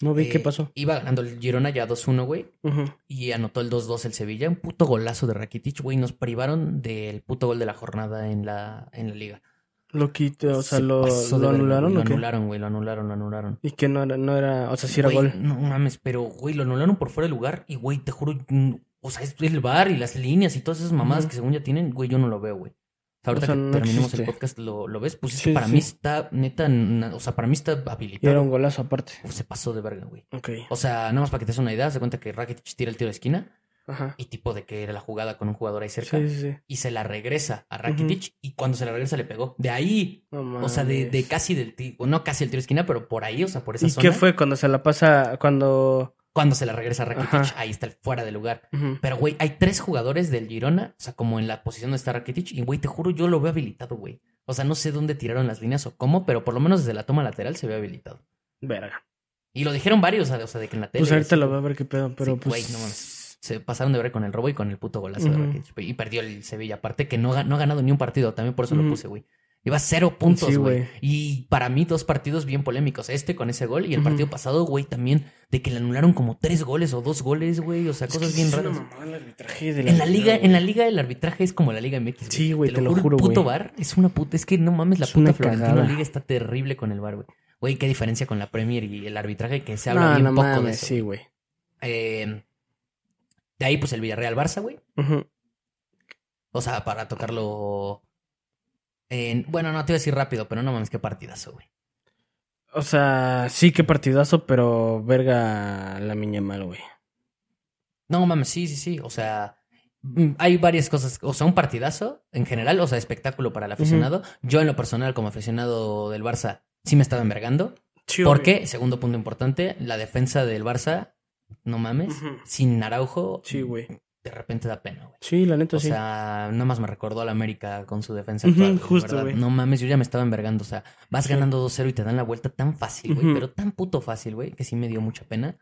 Speaker 1: No vi qué
Speaker 2: Eh,
Speaker 1: pasó.
Speaker 2: Iba ganando el Girona ya 2-1, güey.
Speaker 1: Ujú.
Speaker 2: Y anotó el 2-2 el Sevilla. Un puto golazo de Rakitic, güey. Nos privaron del puto gol de la jornada en la, en la liga.
Speaker 1: Lo quito, o sea,
Speaker 2: Se
Speaker 1: lo,
Speaker 2: pasó de
Speaker 1: lo
Speaker 2: verga,
Speaker 1: anularon
Speaker 2: güey.
Speaker 1: o qué?
Speaker 2: Lo anularon, güey. Lo anularon, lo anularon.
Speaker 1: Y que no era, no era, o sea, si era
Speaker 2: Güey,
Speaker 1: gol.
Speaker 2: No mames, pero, güey, lo anularon por fuera de lugar. Y, güey, te juro, mm, o sea, es el bar y las líneas y todas esas mamadas
Speaker 1: Ujú.
Speaker 2: que según ya tienen, güey, yo no lo veo, güey. O sea, ahorita
Speaker 1: sea,
Speaker 2: que
Speaker 1: no
Speaker 2: terminemos el
Speaker 1: existe.
Speaker 2: podcast, ¿lo, lo ves? Pues es
Speaker 1: Sí,
Speaker 2: que para
Speaker 1: sí.
Speaker 2: mí está, neta, na- o sea, para mí está
Speaker 1: Y era
Speaker 2: habilitado.
Speaker 1: un golazo aparte.
Speaker 2: Uf, se pasó de verga, güey.
Speaker 1: Ok.
Speaker 2: O sea, nada más para que te des una idea, se cuenta que Rakitic tira el tiro de esquina
Speaker 1: Ajá.
Speaker 2: y tipo de que era la jugada con un jugador ahí cerca
Speaker 1: Sí, sí, sí.
Speaker 2: y se la regresa a Rakitic y cuando se la regresa le pegó. De ahí,
Speaker 1: No
Speaker 2: o sea, de, de
Speaker 1: mames.
Speaker 2: casi del tiro, no casi el tiro de esquina, pero por ahí, o sea, por esa
Speaker 1: ¿Y
Speaker 2: zona.
Speaker 1: qué fue cuando se la pasa? Cuando.
Speaker 2: Cuando se la regresa a Rakitic,
Speaker 1: Ajá.
Speaker 2: ahí está el fuera de lugar.
Speaker 1: Ujú.
Speaker 2: Pero, güey, hay tres jugadores del Girona, o sea, como en la posición donde está Rakitic y, güey, te juro, yo lo veo habilitado, güey. O sea, no sé dónde tiraron las líneas o cómo, pero por lo menos desde la toma lateral se ve habilitado.
Speaker 1: Verga.
Speaker 2: Y lo dijeron varios, o sea, de que en la tele...
Speaker 1: Pues ahorita
Speaker 2: así,
Speaker 1: lo voy a ver qué pedo, pero
Speaker 2: Sí,
Speaker 1: pues.
Speaker 2: güey, no mames. se pasaron de ver con el robo y con el puto golazo de
Speaker 1: Ujú.
Speaker 2: Rakitic. güey. Y perdió el Sevilla. Aparte que no, ga- no ha ganado ni un partido. También por eso lo
Speaker 1: Ujú.
Speaker 2: puse, güey. Iba cero puntos,
Speaker 1: Sí,
Speaker 2: güey.
Speaker 1: güey.
Speaker 2: y para mí dos partidos bien polémicos. Este con ese gol y el
Speaker 1: Ujú.
Speaker 2: partido pasado, güey, también. De que le anularon como tres goles o dos goles, güey. O sea, cosas bien raras. En la liga, en la liga el arbitraje es como la liga MX. güey.
Speaker 1: Sí, güey, te lo juro,
Speaker 2: El puto
Speaker 1: güey.
Speaker 2: bar es una puta, es que no mames, la
Speaker 1: Es
Speaker 2: puta
Speaker 1: una
Speaker 2: Florentino
Speaker 1: cagada.
Speaker 2: Liga está terrible con el bar, güey. Güey, qué diferencia con la Premier y el arbitraje que se habla
Speaker 1: No,
Speaker 2: bien
Speaker 1: no
Speaker 2: poco de
Speaker 1: mames,
Speaker 2: eso.
Speaker 1: sí, güey.
Speaker 2: Eh, de ahí, pues el Villarreal Barça, güey.
Speaker 1: Ujú.
Speaker 2: O sea, para tocarlo. en- Bueno, no te iba a decir rápido, pero no mames, qué partidazo, güey.
Speaker 1: O sea, sí, qué partidazo, pero verga la miña mal, güey.
Speaker 2: No mames, sí, sí, sí. O sea, mm, hay varias cosas. O sea, un partidazo en general, o sea, espectáculo para el aficionado. Yo, en lo personal, como aficionado del Barça, sí me estaba envergando.
Speaker 1: Sí,
Speaker 2: porque, segundo punto importante, la defensa del Barça, no mames,
Speaker 1: Ujú.
Speaker 2: sin Araujo,
Speaker 1: Sí, güey.
Speaker 2: de repente da pena, güey.
Speaker 1: Sí, la neta,
Speaker 2: O
Speaker 1: Pues sí.
Speaker 2: sea, nada más me recordó a la América con su defensa.
Speaker 1: Ujú,
Speaker 2: actual, güey,
Speaker 1: justo,
Speaker 2: ¿verdad?
Speaker 1: güey.
Speaker 2: No mames, yo ya me estaba envergando. O sea, vas
Speaker 1: Sí.
Speaker 2: ganando 2-0 y te dan la vuelta tan fácil, güey.
Speaker 1: Ujú.
Speaker 2: Pero tan puto fácil, güey, que sí me dio mucha pena.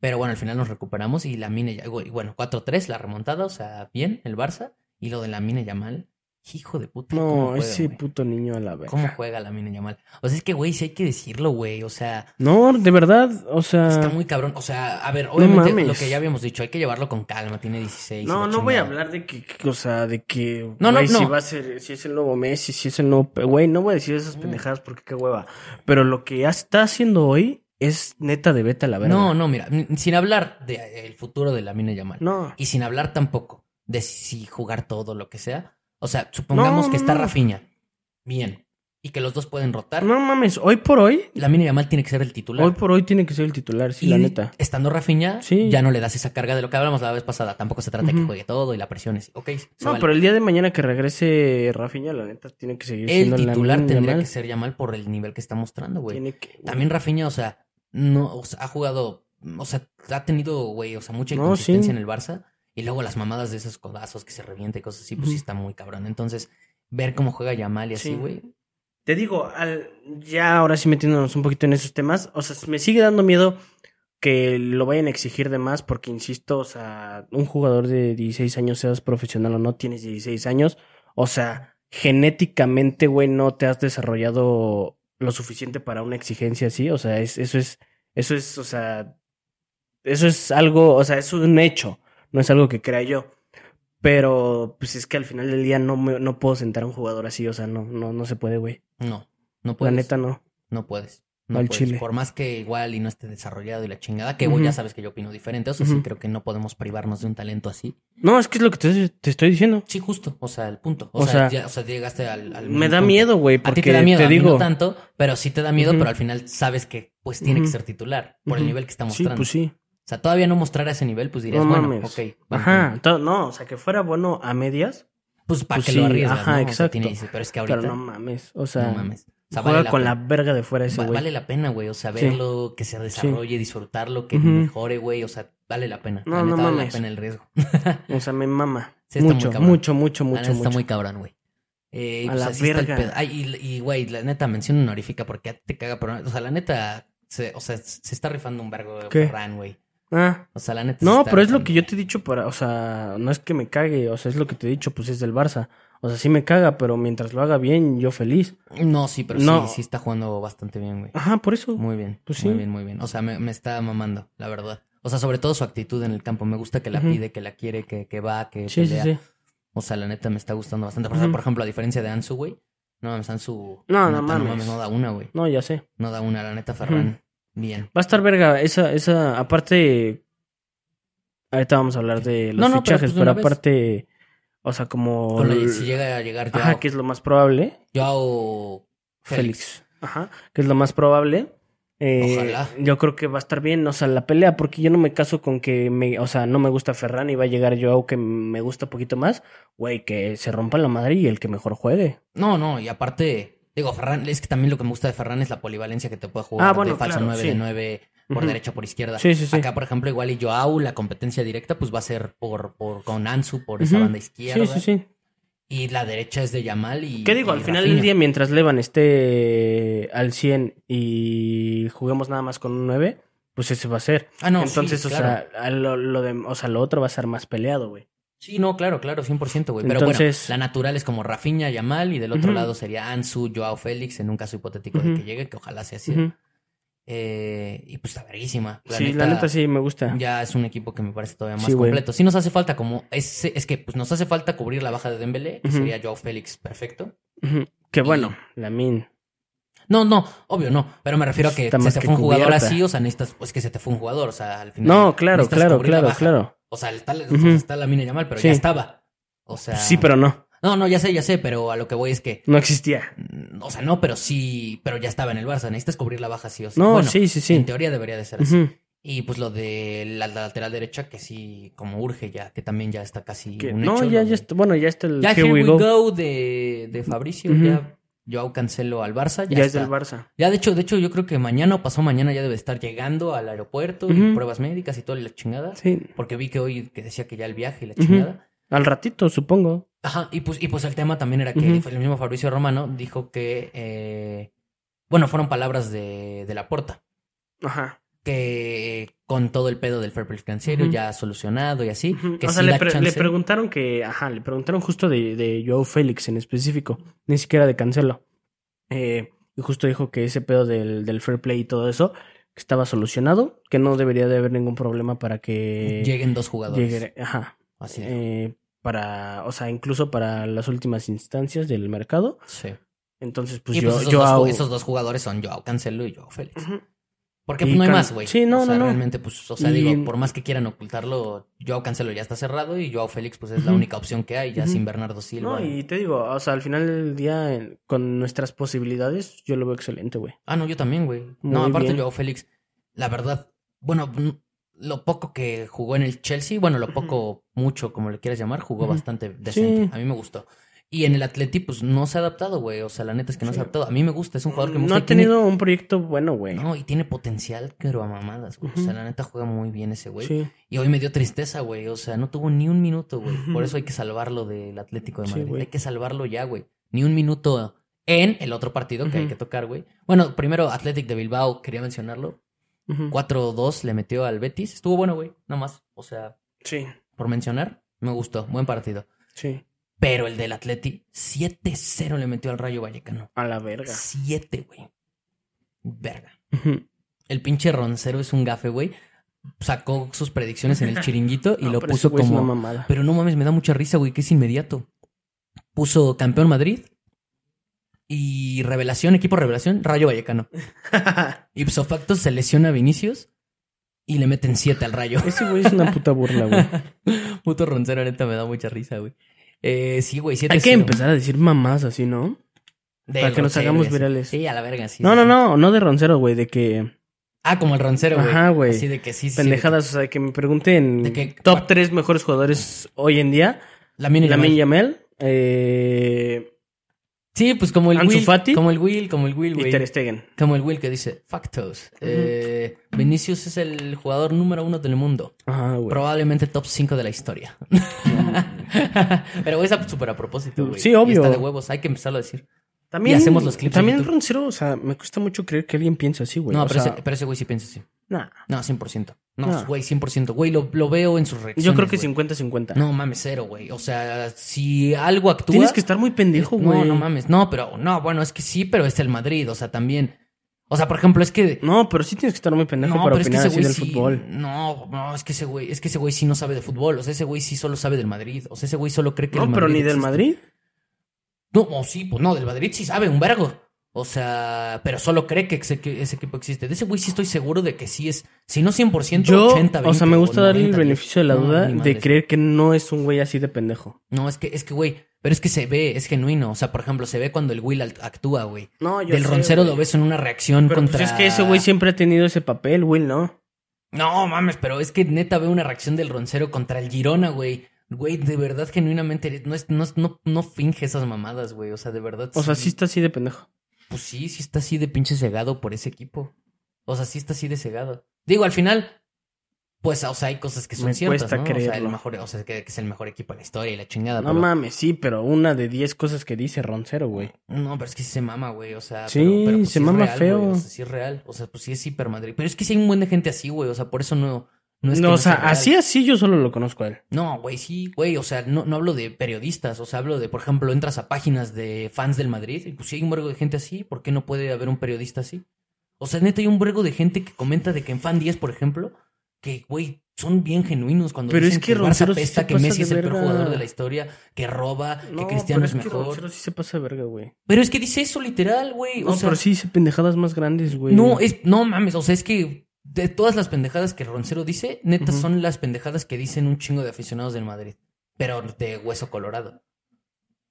Speaker 2: Pero bueno, al final nos recuperamos y la mina ya, güey, bueno, 4-3, la remontada, o sea, bien, el Barça. Y lo de la mina Yamal, hijo de puta. ¿cómo
Speaker 1: no,
Speaker 2: juega,
Speaker 1: ese
Speaker 2: güey?
Speaker 1: puto niño a la verga.
Speaker 2: ¿Cómo juega la mina Yamal? O sea, es que, güey, sí hay que decirlo, güey. O sea,
Speaker 1: No, de verdad, o sea.
Speaker 2: Está muy cabrón. O sea, a ver, obviamente
Speaker 1: Ah. mames.
Speaker 2: lo que ya habíamos dicho, hay que llevarlo con calma. Tiene 16.
Speaker 1: No,
Speaker 2: la
Speaker 1: no voy a
Speaker 2: chingada.
Speaker 1: hablar de que, que- o sea, de que,
Speaker 2: No, no,
Speaker 1: güey, si
Speaker 2: no.
Speaker 1: va a ser, si es el nuevo Messi, si es el nuevo, pe- güey, no voy a decir esas
Speaker 2: Mm.
Speaker 1: pendejadas porque qué hueva. Pero lo que ya está haciendo hoy es neta de beta la verdad.
Speaker 2: No, no, mira, n- sin hablar del el futuro de la mina Yamal.
Speaker 1: no,
Speaker 2: Y sin hablar tampoco de si jugar todo, lo que sea. O sea, supongamos
Speaker 1: No,
Speaker 2: que está
Speaker 1: no.
Speaker 2: Rafiña. Bien. Y que los dos pueden rotar.
Speaker 1: no mames, hoy por hoy,
Speaker 2: La mina Yamal tiene que ser el titular.
Speaker 1: hoy por hoy tiene que ser el titular, sí,
Speaker 2: Y
Speaker 1: la neta.
Speaker 2: Estando Rafiña,
Speaker 1: Sí.
Speaker 2: ya no le das esa carga de lo que hablamos la vez pasada. Tampoco se trata de que
Speaker 1: Ujú.
Speaker 2: juegue todo y la presión es. Ok, se
Speaker 1: No,
Speaker 2: vale.
Speaker 1: pero el día de mañana que regrese Rafinha, la neta, tiene que seguir
Speaker 2: el
Speaker 1: siendo
Speaker 2: titular
Speaker 1: la
Speaker 2: tendría que ser Yamal por el nivel que está mostrando, güey.
Speaker 1: Tiene que...
Speaker 2: También Rafinha, o sea, no, o sea, ha jugado, o sea, ha tenido, güey, o sea, mucha
Speaker 1: No,
Speaker 2: inconsistencia
Speaker 1: sí.
Speaker 2: en el Barça. Y luego las mamadas de esos codazos que se revienta y cosas así, pues sí
Speaker 1: Ujú.
Speaker 2: está muy cabrón. Entonces, ver cómo juega Yamal y así,
Speaker 1: Sí.
Speaker 2: güey.
Speaker 1: Te digo, al, ya ahora sí metiéndonos un poquito en esos temas, o sea, me sigue dando miedo que lo vayan a exigir de más, porque insisto, o sea, un jugador de 16 años, seas profesional o no, tienes 16 años, o sea, genéticamente, güey, no te has desarrollado lo suficiente para una exigencia así, o sea, es, eso es, eso es, o sea, eso es algo, o sea, es un hecho, no es algo que crea yo. Pero, pues es que al final del día no, me- no puedo sentar a un jugador así, o sea, no, no, no se puede, güey.
Speaker 2: No, no
Speaker 1: La
Speaker 2: puedes.
Speaker 1: neta no.
Speaker 2: No puedes. No
Speaker 1: Al
Speaker 2: puedes.
Speaker 1: chile.
Speaker 2: Por más que igual y no esté desarrollado y la chingada, que güey,
Speaker 1: Ujú.
Speaker 2: ya sabes que yo opino diferente. O sea, sí
Speaker 1: Ujú.
Speaker 2: creo que no podemos privarnos de un talento así.
Speaker 1: No, es que es lo que te, te estoy diciendo.
Speaker 2: Sí, justo. O sea, el punto. O,
Speaker 1: O
Speaker 2: sea,
Speaker 1: sea,
Speaker 2: ya, o sea, llegaste al. al
Speaker 1: me da
Speaker 2: punto.
Speaker 1: miedo, güey,
Speaker 2: A
Speaker 1: porque
Speaker 2: ti te da miedo, a mí
Speaker 1: digo.
Speaker 2: no tanto, pero sí te da miedo,
Speaker 1: Ujú.
Speaker 2: pero al final sabes que pues tiene que
Speaker 1: Ujú.
Speaker 2: ser titular por el
Speaker 1: Ujú.
Speaker 2: nivel que está
Speaker 1: sí,
Speaker 2: mostrando.
Speaker 1: pues sí.
Speaker 2: O sea, todavía no mostrar ese nivel, pues dirías,
Speaker 1: No
Speaker 2: bueno,
Speaker 1: mames.
Speaker 2: ok. va,
Speaker 1: Ajá, to- no, o sea, que fuera bueno a medias,
Speaker 2: Pues para
Speaker 1: Pues
Speaker 2: que
Speaker 1: sí,
Speaker 2: lo arriesgas,
Speaker 1: ajá,
Speaker 2: ¿no? O sea,
Speaker 1: exacto.
Speaker 2: tiene- dice, pero es que ahorita,
Speaker 1: pero no
Speaker 2: no,
Speaker 1: mames, o sea,
Speaker 2: mames. O sea,
Speaker 1: juega
Speaker 2: vale la
Speaker 1: con
Speaker 2: pena.
Speaker 1: la verga de fuera ese
Speaker 2: Va-
Speaker 1: güey.
Speaker 2: vale la pena, güey. O sea,
Speaker 1: Sí.
Speaker 2: verlo, que se desarrolle, disfrutarlo, que
Speaker 1: Ujú.
Speaker 2: mejore, güey. O sea, vale la pena.
Speaker 1: No,
Speaker 2: la
Speaker 1: no
Speaker 2: neta, vale
Speaker 1: mames.
Speaker 2: la pena el riesgo.
Speaker 1: O sea, me mama.
Speaker 2: Sí, está muy
Speaker 1: mucho,
Speaker 2: cabrón.
Speaker 1: mucho, mucho,
Speaker 2: la neta
Speaker 1: mucho,
Speaker 2: está
Speaker 1: mucho.
Speaker 2: muy cabrón, güey. Eh, y
Speaker 1: A
Speaker 2: pues
Speaker 1: la
Speaker 2: así está el
Speaker 1: verga.
Speaker 2: pedo. Ay, y- y, güey, la neta, mención honorífica porque ya te caga, pero... O sea, la neta, se, o sea, se está rifando un vergo de
Speaker 1: ¿Qué?
Speaker 2: Ferran, güey.
Speaker 1: Ah,
Speaker 2: O sea, la neta... se
Speaker 1: no,
Speaker 2: está
Speaker 1: pero es lo
Speaker 2: rifando.
Speaker 1: que yo te he dicho para, o sea, no es que me cague, o sea, es lo que te he dicho, pues es del Barça. O sea, sí me caga, pero mientras lo haga bien, yo feliz.
Speaker 2: No, sí, pero
Speaker 1: No.
Speaker 2: sí, sí está jugando bastante bien, güey.
Speaker 1: Ajá, por eso.
Speaker 2: Muy bien,
Speaker 1: Pues
Speaker 2: muy
Speaker 1: sí.
Speaker 2: bien, muy bien. O sea, me, me está mamando, la verdad. O sea, sobre todo su actitud en el campo. Me gusta que la
Speaker 1: Ujú.
Speaker 2: pide, que la quiere, que, que va, que
Speaker 1: sí, sí,
Speaker 2: pelea.
Speaker 1: sí.
Speaker 2: O sea, la neta me está gustando bastante. O sea,
Speaker 1: Ujú.
Speaker 2: por ejemplo, a diferencia de Ansu, güey. No mames, Ansu.
Speaker 1: No, no
Speaker 2: neta,
Speaker 1: mames.
Speaker 2: No da una, güey.
Speaker 1: No, ya sé.
Speaker 2: No da una, la neta, Ferran. Bien.
Speaker 1: Va a estar verga, esa, esa, aparte, ahorita vamos a hablar de los
Speaker 2: No, no, pero,
Speaker 1: fichajes,
Speaker 2: pues, de
Speaker 1: pero,
Speaker 2: una vez.
Speaker 1: aparte, o sea, como...
Speaker 2: Con la- si llega a llegar Joao,
Speaker 1: Ajá, que es lo más probable.
Speaker 2: Joao Félix.
Speaker 1: Félix. Ajá, que es lo más probable. Eh,
Speaker 2: Ojalá.
Speaker 1: Yo creo que va a estar bien, o sea, la pelea, porque yo no me caso con que, me, o sea, no me gusta Ferran y va a llegar Joao que me gusta poquito más. Güey, que se rompa la madre y el que mejor juegue.
Speaker 2: No, no, y aparte, digo, Ferran, es que también lo que me gusta de Ferran es la polivalencia que te puede jugar
Speaker 1: Ah, bueno,
Speaker 2: de falso
Speaker 1: claro,
Speaker 2: 9 de
Speaker 1: sí.
Speaker 2: 9 por
Speaker 1: Ujú.
Speaker 2: derecha por izquierda.
Speaker 1: Sí, sí, sí.
Speaker 2: Acá, por ejemplo, igual y Joao, la competencia directa, pues va a ser por, por con Ansu, por esa
Speaker 1: Ujú.
Speaker 2: banda izquierda.
Speaker 1: Sí, sí, sí.
Speaker 2: Y la derecha es de Yamal y.
Speaker 1: ¿Qué digo?
Speaker 2: y
Speaker 1: Al final
Speaker 2: Rafinha.
Speaker 1: del día, mientras Levan esté al 100 y juguemos nada más con un 9, pues ese va a ser.
Speaker 2: Ah, no,
Speaker 1: Entonces,
Speaker 2: sí,
Speaker 1: o
Speaker 2: claro.
Speaker 1: sea, a lo, lo de, o sea, lo otro va a ser más peleado, güey.
Speaker 2: Sí, no, claro, claro, 100%, güey. Pero
Speaker 1: Entonces-
Speaker 2: bueno, la natural es como Rafinha, Yamal y del otro
Speaker 1: Ujú.
Speaker 2: lado sería Ansu, Joao Félix, en un caso hipotético de
Speaker 1: Ujú.
Speaker 2: que llegue, que ojalá sea así.
Speaker 1: Ujú.
Speaker 2: Eh, y pues está verguísima.
Speaker 1: sí, la neta sí me gusta.
Speaker 2: Ya es un equipo que me parece todavía más
Speaker 1: Sí, güey.
Speaker 2: completo. Sí nos hace falta como ese, es que pues nos hace falta cubrir la baja de Dembélé, que
Speaker 1: Ujú.
Speaker 2: sería Joao Félix, perfecto.
Speaker 1: Ujú. Que bueno, la min.
Speaker 2: No, no, obvio no, pero me refiero a que
Speaker 1: Está
Speaker 2: se
Speaker 1: más
Speaker 2: te
Speaker 1: que
Speaker 2: fue un jugador
Speaker 1: cubierta.
Speaker 2: así, o sea, necesitas pues que se te fue un jugador, o sea, al final
Speaker 1: No, claro,
Speaker 2: necesitas
Speaker 1: claro,
Speaker 2: cubrir la
Speaker 1: claro,
Speaker 2: baja.
Speaker 1: claro.
Speaker 2: O sea, está, la- o
Speaker 1: Ujú.
Speaker 2: sea, está la mina Yamal, pero
Speaker 1: Sí. Pues
Speaker 2: ya estaba. O sea,
Speaker 1: Sí, pero no,
Speaker 2: no, no, ya sé, ya sé, pero a lo que voy es que
Speaker 1: no existía.
Speaker 2: mm, o sea, no, pero sí, pero ya estaba en el Barça, necesitas cubrir la baja sí o sí.
Speaker 1: No,
Speaker 2: Bueno,
Speaker 1: sí, sí,
Speaker 2: en
Speaker 1: sí.
Speaker 2: teoría debería de ser así.
Speaker 1: Ujú.
Speaker 2: Y pues lo de la la lateral derecha, que sí, como urge ya, que también ya está casi
Speaker 1: Que-
Speaker 2: un
Speaker 1: no,
Speaker 2: hecho,
Speaker 1: ya, ya,
Speaker 2: lo de-
Speaker 1: está- bueno, ya está el
Speaker 2: Ya
Speaker 1: Here We Go,
Speaker 2: de, de Fabricio,
Speaker 1: Ujú.
Speaker 2: ya Joao Cancelo al Barça, ya,
Speaker 1: ya es
Speaker 2: está.
Speaker 1: del Barça.
Speaker 2: Ya de hecho, de hecho yo creo que mañana o pasado mañana ya debe estar llegando al aeropuerto y
Speaker 1: Ujú.
Speaker 2: pruebas médicas y toda la chingada.
Speaker 1: Sí,
Speaker 2: Porque vi que hoy que decía que ya el viaje y la
Speaker 1: Ujú.
Speaker 2: chingada.
Speaker 1: al ratito, supongo.
Speaker 2: Ajá, y pues, y pues el tema también era que
Speaker 1: Ujú.
Speaker 2: fue el mismo Fabricio Romano dijo que, eh, bueno, fueron palabras de, de la porta.
Speaker 1: Ajá.
Speaker 2: que con todo el pedo del fair play financiero
Speaker 1: Ujú.
Speaker 2: ya solucionado y así,
Speaker 1: Ujú.
Speaker 2: que
Speaker 1: o sea,
Speaker 2: sí
Speaker 1: le,
Speaker 2: da
Speaker 1: pre- le
Speaker 2: chance.
Speaker 1: preguntaron que, ajá, le preguntaron justo de, de Joao Félix en específico, ni siquiera de Cancelo. Eh, y justo dijo que ese pedo del, del fair play y todo eso que estaba solucionado, que no debería de haber ningún problema para que
Speaker 2: eh, lleguen dos jugadores.
Speaker 1: llegue, ajá,
Speaker 2: Así.
Speaker 1: eh, para, o sea, incluso para las últimas instancias del mercado.
Speaker 2: sí.
Speaker 1: Entonces, pues
Speaker 2: y
Speaker 1: yo,
Speaker 2: pues esos,
Speaker 1: yo
Speaker 2: dos,
Speaker 1: hago-
Speaker 2: ju- esos dos jugadores son Joao Cancelo y Joao Félix.
Speaker 1: Ujú.
Speaker 2: Porque
Speaker 1: Y
Speaker 2: pues, no hay
Speaker 1: Can-
Speaker 2: más, güey.
Speaker 1: Sí, no,
Speaker 2: o sea,
Speaker 1: no, no.
Speaker 2: Realmente, pues, o sea,
Speaker 1: Y-
Speaker 2: digo, por más que quieran ocultarlo, Joao Cancelo ya está cerrado y Joao Félix, pues, es la
Speaker 1: Ujú.
Speaker 2: única opción que hay, ya
Speaker 1: Ujú.
Speaker 2: sin Bernardo Silva.
Speaker 1: No, y te digo, o sea, al final del día, en- con nuestras posibilidades, yo lo veo excelente, güey.
Speaker 2: Ah, no, yo también, güey. No,
Speaker 1: Muy
Speaker 2: aparte
Speaker 1: bien.
Speaker 2: Joao Félix, la verdad, bueno, mm, lo poco que jugó en el Chelsea, bueno, lo poco, mucho, como le quieras llamar, jugó
Speaker 1: Ujú.
Speaker 2: bastante decente.
Speaker 1: Sí.
Speaker 2: A mí me gustó. Y en el Atleti, pues no se ha adaptado, güey. O sea, la neta es que no
Speaker 1: Sí.
Speaker 2: se ha adaptado. A mí me gusta, es un jugador que me
Speaker 1: No
Speaker 2: gusta.
Speaker 1: ha
Speaker 2: y tiene-
Speaker 1: tenido un proyecto bueno, güey.
Speaker 2: No, y tiene potencial, pero a mamadas, güey. O sea,
Speaker 1: Ujú.
Speaker 2: la neta juega muy bien ese güey.
Speaker 1: sí,
Speaker 2: Y hoy me dio tristeza, güey. O sea, no tuvo ni un minuto, güey.
Speaker 1: Ujú.
Speaker 2: Por eso hay que salvarlo del Atlético de
Speaker 1: Sí,
Speaker 2: Madrid.
Speaker 1: güey.
Speaker 2: hay que salvarlo ya, güey. Ni un minuto en el otro partido que hay
Speaker 1: Ujú.
Speaker 2: que tocar, güey. Bueno, primero Atlético de Bilbao, quería mencionarlo.
Speaker 1: ujú.
Speaker 2: 4-2 le metió al Betis. Estuvo bueno, güey. Nada más. O sea,
Speaker 1: sí,
Speaker 2: por mencionar, me gustó. Buen partido.
Speaker 1: sí.
Speaker 2: Pero el del Atleti, 7-0 le metió al Rayo Vallecano.
Speaker 1: A la verga.
Speaker 2: 7, güey. Verga.
Speaker 1: Ujú.
Speaker 2: El pinche Roncero es un gafe, güey. Sacó sus predicciones en el chiringuito y
Speaker 1: No,
Speaker 2: lo
Speaker 1: pero ese
Speaker 2: puso
Speaker 1: güey es
Speaker 2: como...
Speaker 1: una mamada.
Speaker 2: Pero no mames, me da mucha risa, güey, que es inmediato. Puso campeón Madrid y revelación, equipo revelación, Rayo Vallecano. Ipso facto se lesiona a Vinicius y le meten 7 al Rayo.
Speaker 1: Ese güey es una puta burla, güey.
Speaker 2: Puto roncero, neta, me da mucha risa, güey. Eh, sí, güey, 7
Speaker 1: Hay que empezar a decir mamás así, ¿no? para que nos hagamos virales.
Speaker 2: Sí, a la verga, sí.
Speaker 1: No,
Speaker 2: sí,
Speaker 1: no,
Speaker 2: sí.
Speaker 1: no, no de roncero, güey, de que
Speaker 2: Ah, como el roncero, güey.
Speaker 1: Ajá, güey.
Speaker 2: Así de que sí, sí.
Speaker 1: Pendejadas, o sea, que me pregunten
Speaker 2: De que-
Speaker 1: top 3 mejores jugadores hoy en día.
Speaker 2: La mini
Speaker 1: Lamin Yamel eh,
Speaker 2: Sí, pues como el
Speaker 1: Ansu
Speaker 2: Will.
Speaker 1: Fati.
Speaker 2: Como el Will, como el Will,
Speaker 1: y
Speaker 2: güey.
Speaker 1: Ter Stegen.
Speaker 2: Como el Will que dice, factos. Eh, Vinicius es el jugador número uno del mundo.
Speaker 1: Ajá, güey.
Speaker 2: Probablemente top 5 de la historia. Pero güey, está súper a propósito, güey.
Speaker 1: Sí,
Speaker 2: Y
Speaker 1: obvio.
Speaker 2: está de huevos, hay que empezarlo a decir.
Speaker 1: También,
Speaker 2: y hacemos los clips en
Speaker 1: También
Speaker 2: YouTube.
Speaker 1: Roncero, o sea, me cuesta mucho creer que alguien piense así, güey.
Speaker 2: no,
Speaker 1: o
Speaker 2: pero,
Speaker 1: sea,
Speaker 2: ese, pero ese güey sí piensa así.
Speaker 1: nah.
Speaker 2: No, 100%.
Speaker 1: No.
Speaker 2: No, güey, 100%. Güey, lo, lo veo en sus reacciones.
Speaker 1: Yo creo que
Speaker 2: güey.
Speaker 1: 50-50.
Speaker 2: No mames, cero, güey. O sea, si algo actúa. Eh,
Speaker 1: Tienes que estar muy pendejo, güey.
Speaker 2: No, no mames. No, pero no, bueno, es que sí, pero es el Madrid. O sea, también. O sea, por ejemplo, es que.
Speaker 1: No, pero sí tienes que estar muy pendejo para opinar así del
Speaker 2: sí-
Speaker 1: fútbol.
Speaker 2: No, no, es que ese güey, es que ese güey sí no sabe de fútbol. O sea, ese güey sí solo sabe del Madrid. O sea, ese güey solo cree que
Speaker 1: No,
Speaker 2: el
Speaker 1: pero ni del
Speaker 2: existe.
Speaker 1: Madrid.
Speaker 2: No, o sí, pues no, del Madrid sí sabe un vergo. O sea, pero solo cree que ese, que ese equipo existe. De ese güey sí estoy seguro de que sí es, si no 100%,
Speaker 1: Yo,
Speaker 2: 80,
Speaker 1: o sea, me
Speaker 2: 20,
Speaker 1: gusta darle el
Speaker 2: 90,
Speaker 1: beneficio de la
Speaker 2: No,
Speaker 1: duda
Speaker 2: ni
Speaker 1: de
Speaker 2: madres.
Speaker 1: creer que no es un güey así de pendejo.
Speaker 2: No, es que, es que, güey, pero es que se ve, es genuino. O sea, por ejemplo, se ve cuando el Will act- actúa, güey.
Speaker 1: No,
Speaker 2: Del roncero lo ves en una reacción
Speaker 1: Pero
Speaker 2: contra.
Speaker 1: pues es que ese güey siempre ha tenido ese papel, Will, ¿no?
Speaker 2: No, mames, pero es que neta veo una reacción del roncero contra el Girona, güey. Güey, de verdad, genuinamente, no, es, no, es- no, no finge esas mamadas, güey. O sea, de verdad.
Speaker 1: O sea, sí está así de pendejo.
Speaker 2: Pues sí, sí está así de pinche cegado por ese equipo. O sea, sí está así de cegado. Digo, al final, pues, o sea, hay cosas que son
Speaker 1: Me
Speaker 2: ciertas,
Speaker 1: cuesta
Speaker 2: ¿no? O sea, el
Speaker 1: creerlo.
Speaker 2: mejor, o sea, que, que es el mejor equipo de la historia y la chingada.
Speaker 1: No
Speaker 2: pero-
Speaker 1: mames, sí, Ah, pero una de 10 cosas que dice Roncero, güey.
Speaker 2: No, pero es que sí se mama, güey. O sea,
Speaker 1: Sí,
Speaker 2: pero, pero, pues,
Speaker 1: se
Speaker 2: sí es
Speaker 1: mama
Speaker 2: real,
Speaker 1: feo.
Speaker 2: güey, o sea, sí es real. O sea, pues sí es hiper Madrid. Pero es que sí hay un buen de gente así, güey. O sea, por eso no. No, es que
Speaker 1: No, o sea,
Speaker 2: sea real.
Speaker 1: así, así yo solo lo conozco a él.
Speaker 2: No, güey, sí, güey. O sea, no, no hablo de periodistas. O sea, hablo de, por ejemplo, entras a páginas de fans del Madrid. Y pues sí hay un vergo de gente así. ¿Por qué no puede haber un periodista así? O sea, neta, hay un vergo de gente que comenta de que en Fan 10, por ejemplo, que, güey, son bien genuinos cuando
Speaker 1: Pero
Speaker 2: dicen
Speaker 1: es que
Speaker 2: el Barça
Speaker 1: Roncero sí
Speaker 2: apesta,
Speaker 1: se
Speaker 2: que
Speaker 1: pasa
Speaker 2: Messi
Speaker 1: de
Speaker 2: es el peor
Speaker 1: verga.
Speaker 2: jugador de la historia, que roba, que
Speaker 1: No,
Speaker 2: Cristiano
Speaker 1: pero
Speaker 2: es
Speaker 1: que
Speaker 2: mejor.
Speaker 1: Roncero sí se pasa de verga, güey.
Speaker 2: Pero es que dice eso literal, güey.
Speaker 1: No,
Speaker 2: o sea,
Speaker 1: pero sí dice pendejadas más grandes, güey.
Speaker 2: no, es, no mames, o sea, es que de todas las pendejadas que Roncero dice, neta
Speaker 1: Ujú.
Speaker 2: son las pendejadas que dicen un chingo de aficionados del Madrid, pero de hueso colorado.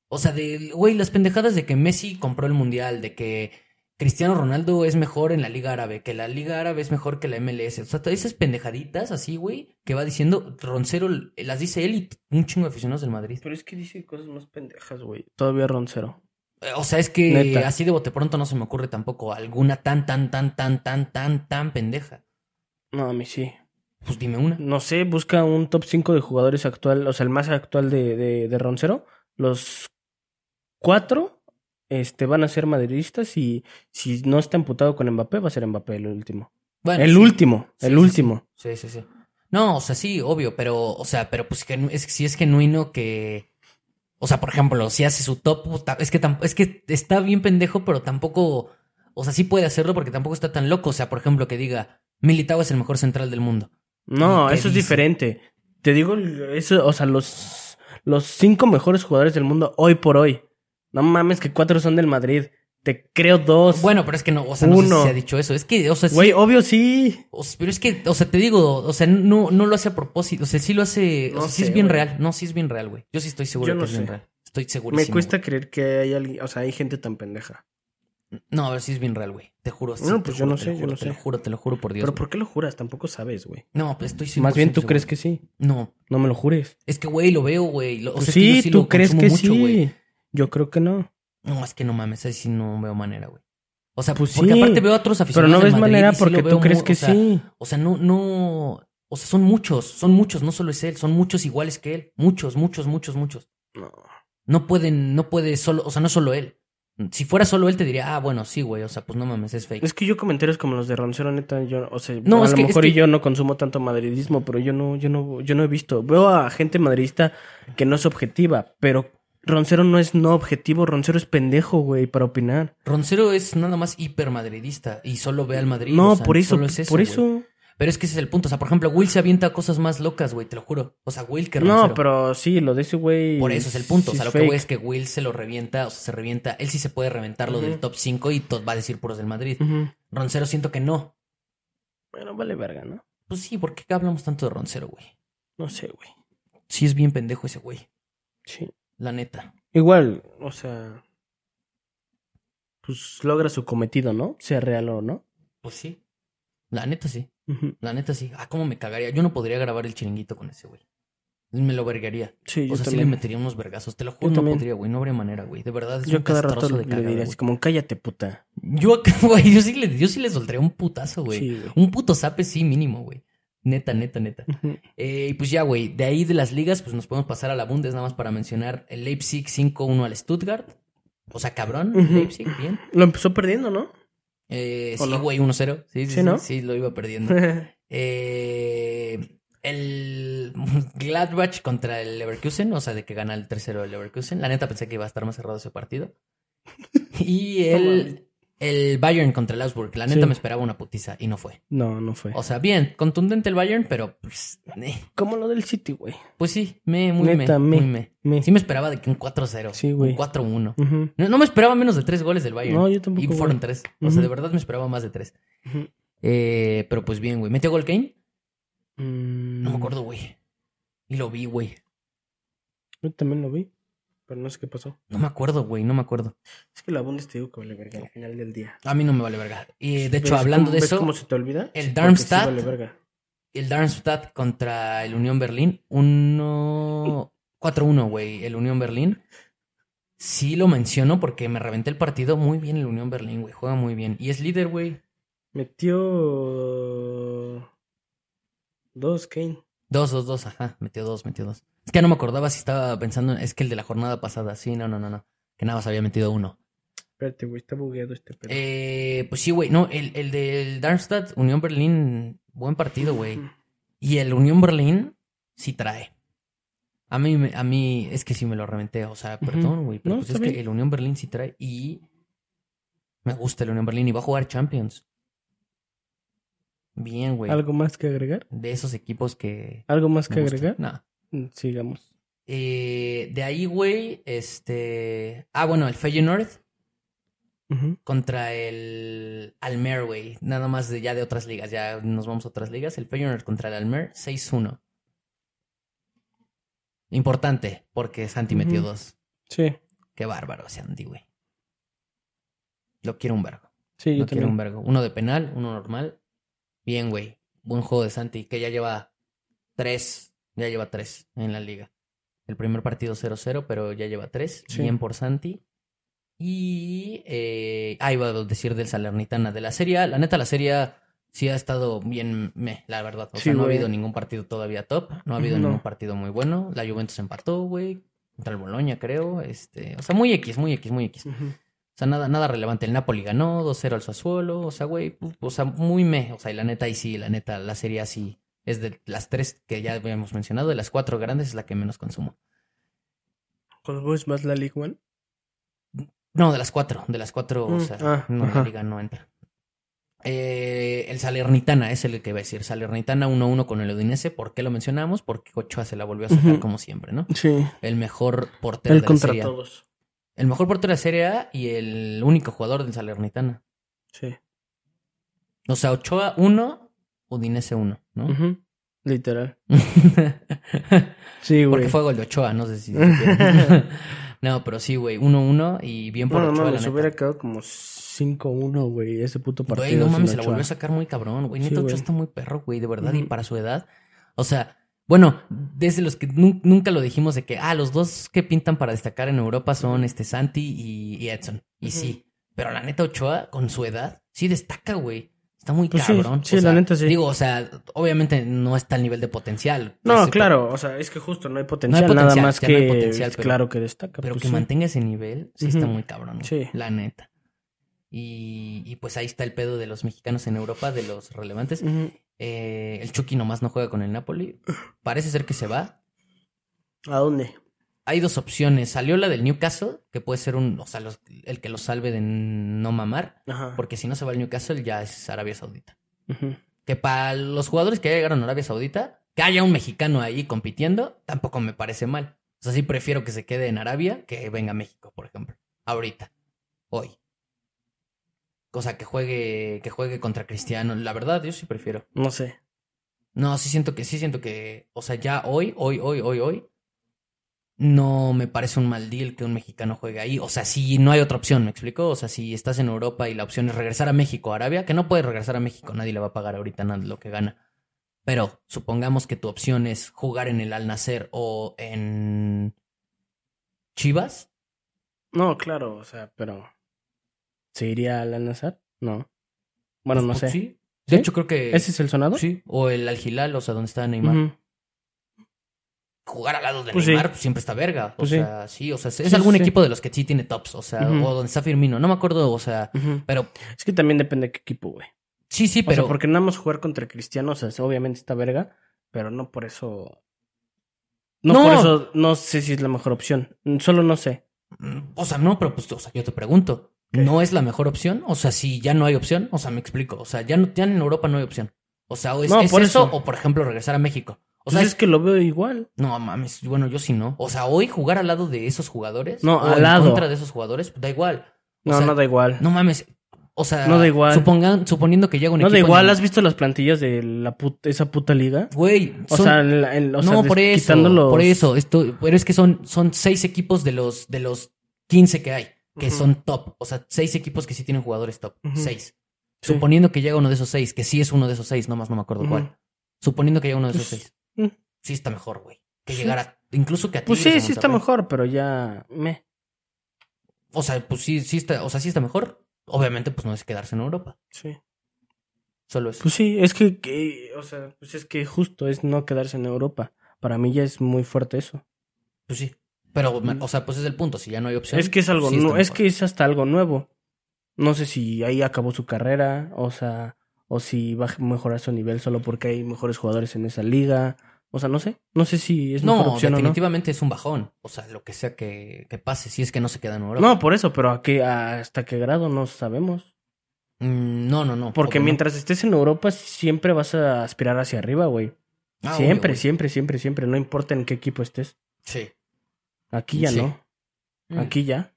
Speaker 2: O sea, de, güey, las pendejadas de que Messi compró el Mundial, de que Cristiano Ronaldo es mejor en la Liga Árabe, que la Liga Árabe es mejor que la MLS. O sea, todas esas pendejaditas así, güey, que va diciendo Roncero, las dice él y un chingo de aficionados del Madrid.
Speaker 1: Pero es que dice cosas más pendejas, güey. Todavía Roncero.
Speaker 2: Eh, O sea, es que
Speaker 1: Neta.
Speaker 2: así de bote pronto no se me ocurre tampoco alguna tan, tan, tan, tan, tan, tan, tan pendeja.
Speaker 1: No, a mí sí.
Speaker 2: Pues dime una.
Speaker 1: No sé, busca un top 5 de jugadores actual, o sea, el más actual de, de, de Roncero. Los cuatro este, van a ser madridistas y si no está emputado con Mbappé, va a ser Mbappé el último.
Speaker 2: Bueno,
Speaker 1: El
Speaker 2: sí.
Speaker 1: último,
Speaker 2: Sí,
Speaker 1: el
Speaker 2: sí,
Speaker 1: último.
Speaker 2: Sí, sí, sí. No, o sea, sí, obvio, pero, o sea, pero pues genu- es, si es genuino que. O sea, por ejemplo, si hace su top, puta, es que tam- es que está bien pendejo, pero tampoco. O sea, sí puede hacerlo porque tampoco está tan loco. O sea, por ejemplo, que diga Militao es el mejor central del mundo.
Speaker 1: No,
Speaker 2: ¿Y qué
Speaker 1: eso es
Speaker 2: dice?
Speaker 1: diferente. Te digo, eso, o sea, los, los cinco mejores jugadores del mundo hoy por hoy. No mames que cuatro son del Madrid. Te creo dos.
Speaker 2: Bueno, pero es que no, o sea, no sé
Speaker 1: Uno.
Speaker 2: si se ha dicho eso. Es que, o sea, sí-
Speaker 1: güey, obvio sí.
Speaker 2: O s- pero es que, o sea, te digo, o sea, no, no lo hace a propósito. O sea, sí lo hace. o
Speaker 1: No
Speaker 2: sea, sí es
Speaker 1: sé,
Speaker 2: bien
Speaker 1: güey.
Speaker 2: real. No, sí es bien real, güey. Yo sí estoy seguro
Speaker 1: Yo
Speaker 2: que
Speaker 1: no
Speaker 2: es bien
Speaker 1: sé.
Speaker 2: real. Estoy seguro.
Speaker 1: Me cuesta creer que hay alguien, o sea, hay gente tan pendeja.
Speaker 2: No, a ver si es bien real, güey. Te juro. sí,
Speaker 1: No,
Speaker 2: te
Speaker 1: pues yo
Speaker 2: juro,
Speaker 1: no
Speaker 2: te
Speaker 1: sé,
Speaker 2: lo
Speaker 1: yo
Speaker 2: juro,
Speaker 1: no
Speaker 2: Te lo
Speaker 1: sé.
Speaker 2: juro, te lo juro por Dios.
Speaker 1: Pero
Speaker 2: güey.
Speaker 1: ¿por qué lo juras? Tampoco sabes, güey.
Speaker 2: No, pues estoy
Speaker 1: Más bien
Speaker 2: 100%
Speaker 1: tú
Speaker 2: seguro.
Speaker 1: crees que sí.
Speaker 2: No,
Speaker 1: No me lo jures.
Speaker 2: es que, güey, lo veo, güey. Lo- O sea,
Speaker 1: Pues
Speaker 2: es que yo
Speaker 1: sí,
Speaker 2: sí
Speaker 1: tú
Speaker 2: lo
Speaker 1: crees
Speaker 2: consumo
Speaker 1: que
Speaker 2: mucho,
Speaker 1: sí.
Speaker 2: güey.
Speaker 1: Yo creo que no.
Speaker 2: No, es que no mames, ahí sí no veo manera, güey. O sea,
Speaker 1: Pues
Speaker 2: porque
Speaker 1: sí.
Speaker 2: aparte veo a otros
Speaker 1: Pero
Speaker 2: aficionados.
Speaker 1: no
Speaker 2: del
Speaker 1: ves
Speaker 2: Madrid
Speaker 1: manera
Speaker 2: y sí lo
Speaker 1: porque
Speaker 2: veo
Speaker 1: tú crees
Speaker 2: mu-
Speaker 1: que
Speaker 2: o sea,
Speaker 1: sí.
Speaker 2: O sea, no, no. O sea, son muchos, son muchos, no solo es él, son muchos iguales que él. Muchos, muchos, muchos, muchos.
Speaker 1: No.
Speaker 2: No pueden, no puede solo, o sea, no solo él. Si fuera solo él, te diría, ah, bueno, sí, güey, o sea, pues no mames, es fake.
Speaker 1: Es que yo comentarios como los de Roncero, neta, yo, o sea,
Speaker 2: No,
Speaker 1: a
Speaker 2: es
Speaker 1: lo
Speaker 2: que- es
Speaker 1: mejor y
Speaker 2: que-
Speaker 1: yo no consumo tanto madridismo, pero yo no, yo no, yo no he visto. Veo a gente madridista que no es objetiva, pero Roncero no es no objetivo, Roncero es pendejo, güey, para opinar.
Speaker 2: Roncero es nada más hipermadridista y solo ve al Madrid.
Speaker 1: no,
Speaker 2: o sea,
Speaker 1: por eso,
Speaker 2: solo es
Speaker 1: por
Speaker 2: güey.
Speaker 1: eso.
Speaker 2: Pero es que ese es el punto. O sea, por ejemplo, Will se avienta cosas más locas, güey, te lo juro. O sea, Will que Roncero.
Speaker 1: No, pero sí, lo de ese güey.
Speaker 2: Por eso es el punto. O
Speaker 1: sí es
Speaker 2: sea, lo que
Speaker 1: fake.
Speaker 2: güey es que Will se lo revienta, o sea, se revienta. Él sí se puede reventar lo del
Speaker 1: Ujú.
Speaker 2: top 5 y to- va a decir puros del Madrid.
Speaker 1: Ujú.
Speaker 2: Roncero siento que no.
Speaker 1: Bueno, vale verga, ¿no?
Speaker 2: Pues sí, ¿por qué hablamos tanto de Roncero, güey?
Speaker 1: No sé, güey.
Speaker 2: Sí es bien pendejo ese güey,
Speaker 1: Sí.
Speaker 2: la neta.
Speaker 1: Igual, o sea. Pues logra su cometido, ¿no? Sea real o no.
Speaker 2: Pues sí. La neta sí.
Speaker 1: Ujú.
Speaker 2: La neta sí. Ah, cómo me cagaría. Yo no podría grabar el chiringuito con ese güey. Me lo vergaría.
Speaker 1: Sí, yo
Speaker 2: O sea, sí le
Speaker 1: también.
Speaker 2: metería unos vergazos. Te lo juro,
Speaker 1: Yo
Speaker 2: no
Speaker 1: también.
Speaker 2: podría, güey. No habría manera, güey. De verdad, es
Speaker 1: yo
Speaker 2: un
Speaker 1: cada
Speaker 2: castrozo
Speaker 1: rato
Speaker 2: de
Speaker 1: le
Speaker 2: cagada,
Speaker 1: diría
Speaker 2: güey.
Speaker 1: así como, cállate, puta.
Speaker 2: Yo acá, güey, yo sí le, yo sí le soltaría un putazo, güey.
Speaker 1: Sí, güey.
Speaker 2: Un puto sape sí mínimo, güey. Neta, neta, neta.
Speaker 1: Ujú.
Speaker 2: Eh, y pues ya, güey, de ahí de las ligas, pues nos podemos pasar a la Bundes nada más para mencionar el Leipzig 5-1 al Stuttgart. O sea, cabrón,
Speaker 1: Ujú.
Speaker 2: Leipzig, bien.
Speaker 1: Lo empezó perdiendo, ¿no?
Speaker 2: Eh,
Speaker 1: ¿O
Speaker 2: sí,
Speaker 1: no?
Speaker 2: güey, 1-0. Sí, sí,
Speaker 1: ¿Sí,
Speaker 2: sí,
Speaker 1: no?
Speaker 2: sí, lo iba perdiendo.
Speaker 1: Ujú.
Speaker 2: Eh, el Gladbach contra el Leverkusen, o sea, de que gana el 3-0 el Leverkusen. La neta pensé que iba a estar más cerrado ese partido. Y el, el Bayern contra el Augsburg. La neta
Speaker 1: Sí.
Speaker 2: me esperaba una putiza y no fue.
Speaker 1: no, no fue.
Speaker 2: O sea, bien, contundente el Bayern, pero pues, eh,
Speaker 1: Como lo del City, güey.
Speaker 2: pues sí, me, muy
Speaker 1: Neta,
Speaker 2: me,
Speaker 1: me.
Speaker 2: muy me.
Speaker 1: Me-
Speaker 2: Sí me esperaba de que un 4-0,
Speaker 1: Sí, güey.
Speaker 2: un 4-1.
Speaker 1: Ujú.
Speaker 2: No, no me esperaba menos de tres goles del Bayern.
Speaker 1: No, yo tampoco.
Speaker 2: y
Speaker 1: güey.
Speaker 2: fueron tres. O sea,
Speaker 1: Ujú.
Speaker 2: de verdad me esperaba más de tres.
Speaker 1: Ujú.
Speaker 2: Eh, pero pues bien, güey. ¿Metió gol Kane?
Speaker 1: Mm,
Speaker 2: No me acuerdo, güey. Y lo vi, güey.
Speaker 1: Yo también lo vi, pero no sé qué pasó.
Speaker 2: No me acuerdo, güey, no me acuerdo.
Speaker 1: Es que la Bundes te digo que vale verga al final del día.
Speaker 2: A mí no me vale verga. Y de
Speaker 1: ¿Ves
Speaker 2: hecho, hablando
Speaker 1: cómo-
Speaker 2: de
Speaker 1: ves
Speaker 2: eso,
Speaker 1: cómo se te olvida?
Speaker 2: el
Speaker 1: Porque sí
Speaker 2: Darmstadt-
Speaker 1: vale verga.
Speaker 2: el Darmstadt contra el Unión Berlín, uno 4-1, güey, el Unión Berlín. Sí lo menciono porque me reventé el partido muy bien el Unión Berlín, güey, juega muy bien. Y es líder, güey.
Speaker 1: Metió. Dos, Kane.
Speaker 2: Dos, dos, dos, ajá, metió dos, metió dos. Es que no me acordaba si estaba pensando, es que el de la jornada pasada, sí, no, no, no, no. Que nada más había metido uno.
Speaker 1: Espérate, güey, está bugueado este pedo.
Speaker 2: Eh, pues sí, güey. No, el, el del Darmstadt, Unión Berlín, buen partido, güey. Y el Unión Berlín sí trae. A mí, me- a mí es que sí me lo reventé. O sea, perdón, güey. Pero
Speaker 1: No,
Speaker 2: pues es
Speaker 1: está
Speaker 2: que
Speaker 1: bien.
Speaker 2: el Unión Berlín sí trae. Y me gusta el Unión Berlín y va a jugar Champions. Bien, güey.
Speaker 1: ¿Algo más que agregar?
Speaker 2: De esos equipos que...
Speaker 1: ¿Algo más
Speaker 2: me
Speaker 1: que
Speaker 2: gustan.
Speaker 1: agregar?
Speaker 2: No.
Speaker 1: Mm, Sigamos.
Speaker 2: Eh, de ahí, güey, este... Ah, bueno, el Feyenoord
Speaker 1: Ujú.
Speaker 2: contra el Almer, güey. Nada más de, ya de otras ligas. Ya nos vamos a otras ligas. El Feyenoord contra el Almer, 6-1. Importante, porque Santi metió
Speaker 1: Ujú.
Speaker 2: dos.
Speaker 1: Sí,
Speaker 2: Qué bárbaro, Santi, güey. Lo quiero un vergo.
Speaker 1: sí, yo
Speaker 2: Lo quiero un
Speaker 1: también.
Speaker 2: vergo. Uno de penal, uno normal. Bien, güey. Buen juego de Santi, que ya lleva tres. Ya lleva tres en la liga. El primer partido 0-0, pero ya lleva tres.
Speaker 1: Sí.
Speaker 2: Bien por Santi. Y. Eh, ah, iba a decir del Salernitana. De la Serie A. La neta, la Serie A sí ha estado bien, meh, la verdad. O
Speaker 1: Sí,
Speaker 2: sea, no ha
Speaker 1: güey.
Speaker 2: habido ningún partido todavía top. No ha habido
Speaker 1: No.
Speaker 2: ningún partido muy bueno. La Juventus empató, güey. Contra el Boloña, creo. Este, o sea, muy X, muy X, muy X.
Speaker 1: Ujú.
Speaker 2: O sea, nada, nada relevante. El Napoli ganó 2-0 al Sassuolo. O sea, güey, pu- o sea, muy me. O sea, y la neta, y sí, la neta, la serie así es de las tres que ya habíamos mencionado, de las cuatro grandes es la que menos consumo.
Speaker 1: ¿Con vos más la League One?
Speaker 2: No, de las cuatro, de las cuatro, o
Speaker 1: Mm,
Speaker 2: sea,
Speaker 1: ah,
Speaker 2: no, la
Speaker 1: ajá.
Speaker 2: liga no entra. Eh, el Salernitana es el que va a decir. Salernitana 1-1 con el Udinese. ¿Por qué lo mencionamos? Porque Ochoa se la volvió a sacar
Speaker 1: Ujú.
Speaker 2: como siempre, ¿no?
Speaker 1: Sí,
Speaker 2: El mejor portero
Speaker 1: él
Speaker 2: de la
Speaker 1: contra
Speaker 2: serie. A.
Speaker 1: todos.
Speaker 2: El mejor portero de la serie A y el único jugador del Salernitana.
Speaker 1: Sí.
Speaker 2: O sea, Ochoa 1, Udinese 1, ¿no?
Speaker 1: Ujú. Literal. Sí, güey.
Speaker 2: Porque fue gol de Ochoa, no sé si. supieron. no, pero sí, güey, 1-1 y bien por
Speaker 1: No, no
Speaker 2: Ochoa. la
Speaker 1: mames,
Speaker 2: neta.
Speaker 1: hubiera quedado como 5-1, güey, ese puto partido.
Speaker 2: Güey, no
Speaker 1: sin
Speaker 2: mames, se la
Speaker 1: Ochoa.
Speaker 2: volvió a sacar muy cabrón, güey.
Speaker 1: Sí,
Speaker 2: Neta, Ochoa
Speaker 1: güey.
Speaker 2: está muy perro, güey, de verdad, y
Speaker 1: Ujú.
Speaker 2: para su edad. O sea, bueno, desde los que nu- nunca lo dijimos de que, ah, los dos que pintan para destacar en Europa son este Santi y, y Edson. Y
Speaker 1: Ujú.
Speaker 2: sí, pero la neta, Ochoa, con su edad, sí destaca, güey. Está muy
Speaker 1: Pues sí,
Speaker 2: cabrón.
Speaker 1: sí,
Speaker 2: O
Speaker 1: la
Speaker 2: sea,
Speaker 1: neta sí.
Speaker 2: Digo, o sea, obviamente no está al nivel de potencial.
Speaker 1: No,
Speaker 2: Ese-
Speaker 1: claro, o sea, es que justo no hay potencial,
Speaker 2: potencial,
Speaker 1: nada más
Speaker 2: ya
Speaker 1: que
Speaker 2: no hay potencial,
Speaker 1: es
Speaker 2: pero-
Speaker 1: claro que destaca.
Speaker 2: Pero
Speaker 1: pues
Speaker 2: que
Speaker 1: sí.
Speaker 2: mantenga ese nivel, sí está
Speaker 1: Ujú.
Speaker 2: muy cabrón. güey,
Speaker 1: Sí.
Speaker 2: La neta. Y, y pues ahí está el pedo de los mexicanos en Europa, de los relevantes.
Speaker 1: Ujú.
Speaker 2: Eh, el Chucky nomás no juega con el Napoli. Parece ser que se va.
Speaker 1: ¿A dónde?
Speaker 2: Hay dos opciones. Salió la del Newcastle, que puede ser un, o sea, los- el que lo salve de no mamar.
Speaker 1: Ajá.
Speaker 2: Porque si no se va al Newcastle, ya es Arabia Saudita.
Speaker 1: Ujú.
Speaker 2: Que para los jugadores que ya llegaron a Arabia Saudita, que haya un mexicano ahí compitiendo, tampoco me parece mal. O sea, sí prefiero que se quede en Arabia que venga a México, por ejemplo. Ahorita. Hoy. O sea, que juegue, que juegue contra Cristiano. La verdad, yo sí prefiero.
Speaker 1: No sé.
Speaker 2: No, sí siento que, sí siento que, o sea, ya hoy, hoy, hoy, hoy, hoy, no me parece un mal deal que un mexicano juegue ahí. O sea, si no hay otra opción, ¿me explico? O sea, si estás en Europa y la opción es regresar a México, a Arabia, que no puedes regresar a México, nadie le va a pagar ahorita nada de lo que gana. Pero supongamos que tu opción es jugar en el Al Nacer o en Chivas,
Speaker 1: No, claro, o sea, pero. ¿Se iría al Al-Nazar? No. Bueno, no
Speaker 2: Pues
Speaker 1: sé.
Speaker 2: Sí.
Speaker 1: ¿Sí?
Speaker 2: De hecho, creo que.
Speaker 1: ¿Ese es el sonado?
Speaker 2: Sí. O el Al Hilal, o sea, donde está Neymar.
Speaker 1: Ujú.
Speaker 2: Jugar al lado de
Speaker 1: Pues sí.
Speaker 2: Neymar pues, siempre está verga. O
Speaker 1: Pues sí.
Speaker 2: sea, sí. o sea, es
Speaker 1: Sí,
Speaker 2: algún
Speaker 1: sí, sí.
Speaker 2: equipo de los que sí tiene tops. O sea,
Speaker 1: Ujú.
Speaker 2: o donde está Firmino. No me acuerdo, o sea.
Speaker 1: Ujú.
Speaker 2: Pero
Speaker 1: Es que también depende de qué equipo, güey.
Speaker 2: sí, sí,
Speaker 1: Pero
Speaker 2: pero.
Speaker 1: porque nada más jugar contra cristianos, o sea, obviamente está verga, pero no por eso. No,
Speaker 2: No.
Speaker 1: por eso no sé si es la mejor opción. Solo no sé.
Speaker 2: Mm, O sea, no, pero pues, o sea, yo te pregunto. ¿No es la mejor opción? O sea, si ya no hay opción, o sea, me explico. O sea, ya, no, ya en Europa no hay opción. O sea, o es,
Speaker 1: No,
Speaker 2: es
Speaker 1: por
Speaker 2: eso,
Speaker 1: eso. Pues
Speaker 2: o por ejemplo, regresar a México. O
Speaker 1: O
Speaker 2: sea,
Speaker 1: sea, es que lo veo igual.
Speaker 2: No mames, bueno, yo sí no. O sea, hoy jugar al lado de esos jugadores.
Speaker 1: No,
Speaker 2: o
Speaker 1: al
Speaker 2: en
Speaker 1: lado.
Speaker 2: contra de esos jugadores, da igual. O
Speaker 1: No,
Speaker 2: sea,
Speaker 1: no da igual.
Speaker 2: No mames. O sea,
Speaker 1: No da igual.
Speaker 2: supongan- suponiendo que llega un
Speaker 1: No
Speaker 2: equipo.
Speaker 1: da igual.
Speaker 2: en-
Speaker 1: ¿Has visto las plantillas de la put- esa puta liga?
Speaker 2: Güey,
Speaker 1: O
Speaker 2: son-
Speaker 1: sea, en la- en- o sea,
Speaker 2: no,
Speaker 1: des-
Speaker 2: por eso.
Speaker 1: quitando los-
Speaker 2: Por eso, esto, pero es que son, son seis equipos de los, de los 15 que hay, que
Speaker 1: Ujú.
Speaker 2: son top. O sea, seis equipos que sí tienen jugadores top.
Speaker 1: Ujú.
Speaker 2: Seis.
Speaker 1: Sí.
Speaker 2: Suponiendo que llega uno de esos seis, que sí es uno de esos seis, nomás no me acuerdo
Speaker 1: Ujú.
Speaker 2: cuál. Suponiendo que llega uno de esos
Speaker 1: Pues,
Speaker 2: seis.
Speaker 1: mm.
Speaker 2: Sí está mejor, güey. Que
Speaker 1: Sí.
Speaker 2: llegar a. Incluso que a
Speaker 1: Pues
Speaker 2: Tigres,
Speaker 1: sí,
Speaker 2: a
Speaker 1: sí está
Speaker 2: Monterrey.
Speaker 1: mejor, pero ya. Meh.
Speaker 2: O sea, pues sí, sí está, o sea, sí está mejor. Obviamente, pues no es quedarse en Europa.
Speaker 1: Sí.
Speaker 2: Solo eso.
Speaker 1: Pues sí, es que, que, o sea, pues es que justo es no quedarse en Europa. Para mí ya es muy fuerte eso.
Speaker 2: Pues sí. Pero, ma- o sea, pues es el punto. Si ya no hay opción.
Speaker 1: Mm. es que es algo,
Speaker 2: sí
Speaker 1: nu-
Speaker 2: está
Speaker 1: es
Speaker 2: mejor.
Speaker 1: que es hasta algo nuevo. No sé si ahí acabó su carrera, o sea, o si va a mejorar su nivel solo porque hay mejores jugadores en esa liga. O sea, no sé, no sé si es mejor
Speaker 2: No,
Speaker 1: opción o no.
Speaker 2: definitivamente es un bajón. O sea, lo que sea que, que pase, si es que no se queda en Europa.
Speaker 1: No, por eso, pero a qué, hasta qué grado no sabemos.
Speaker 2: Mm, no, no, no.
Speaker 1: Porque
Speaker 2: obvio no.
Speaker 1: mientras estés en Europa siempre vas a aspirar hacia arriba, güey.
Speaker 2: Ah, obvio,
Speaker 1: siempre,
Speaker 2: güey.
Speaker 1: siempre, siempre, siempre. No importa en qué equipo estés.
Speaker 2: Sí.
Speaker 1: Aquí ya
Speaker 2: Sí.
Speaker 1: no.
Speaker 2: Mm,
Speaker 1: Aquí ya.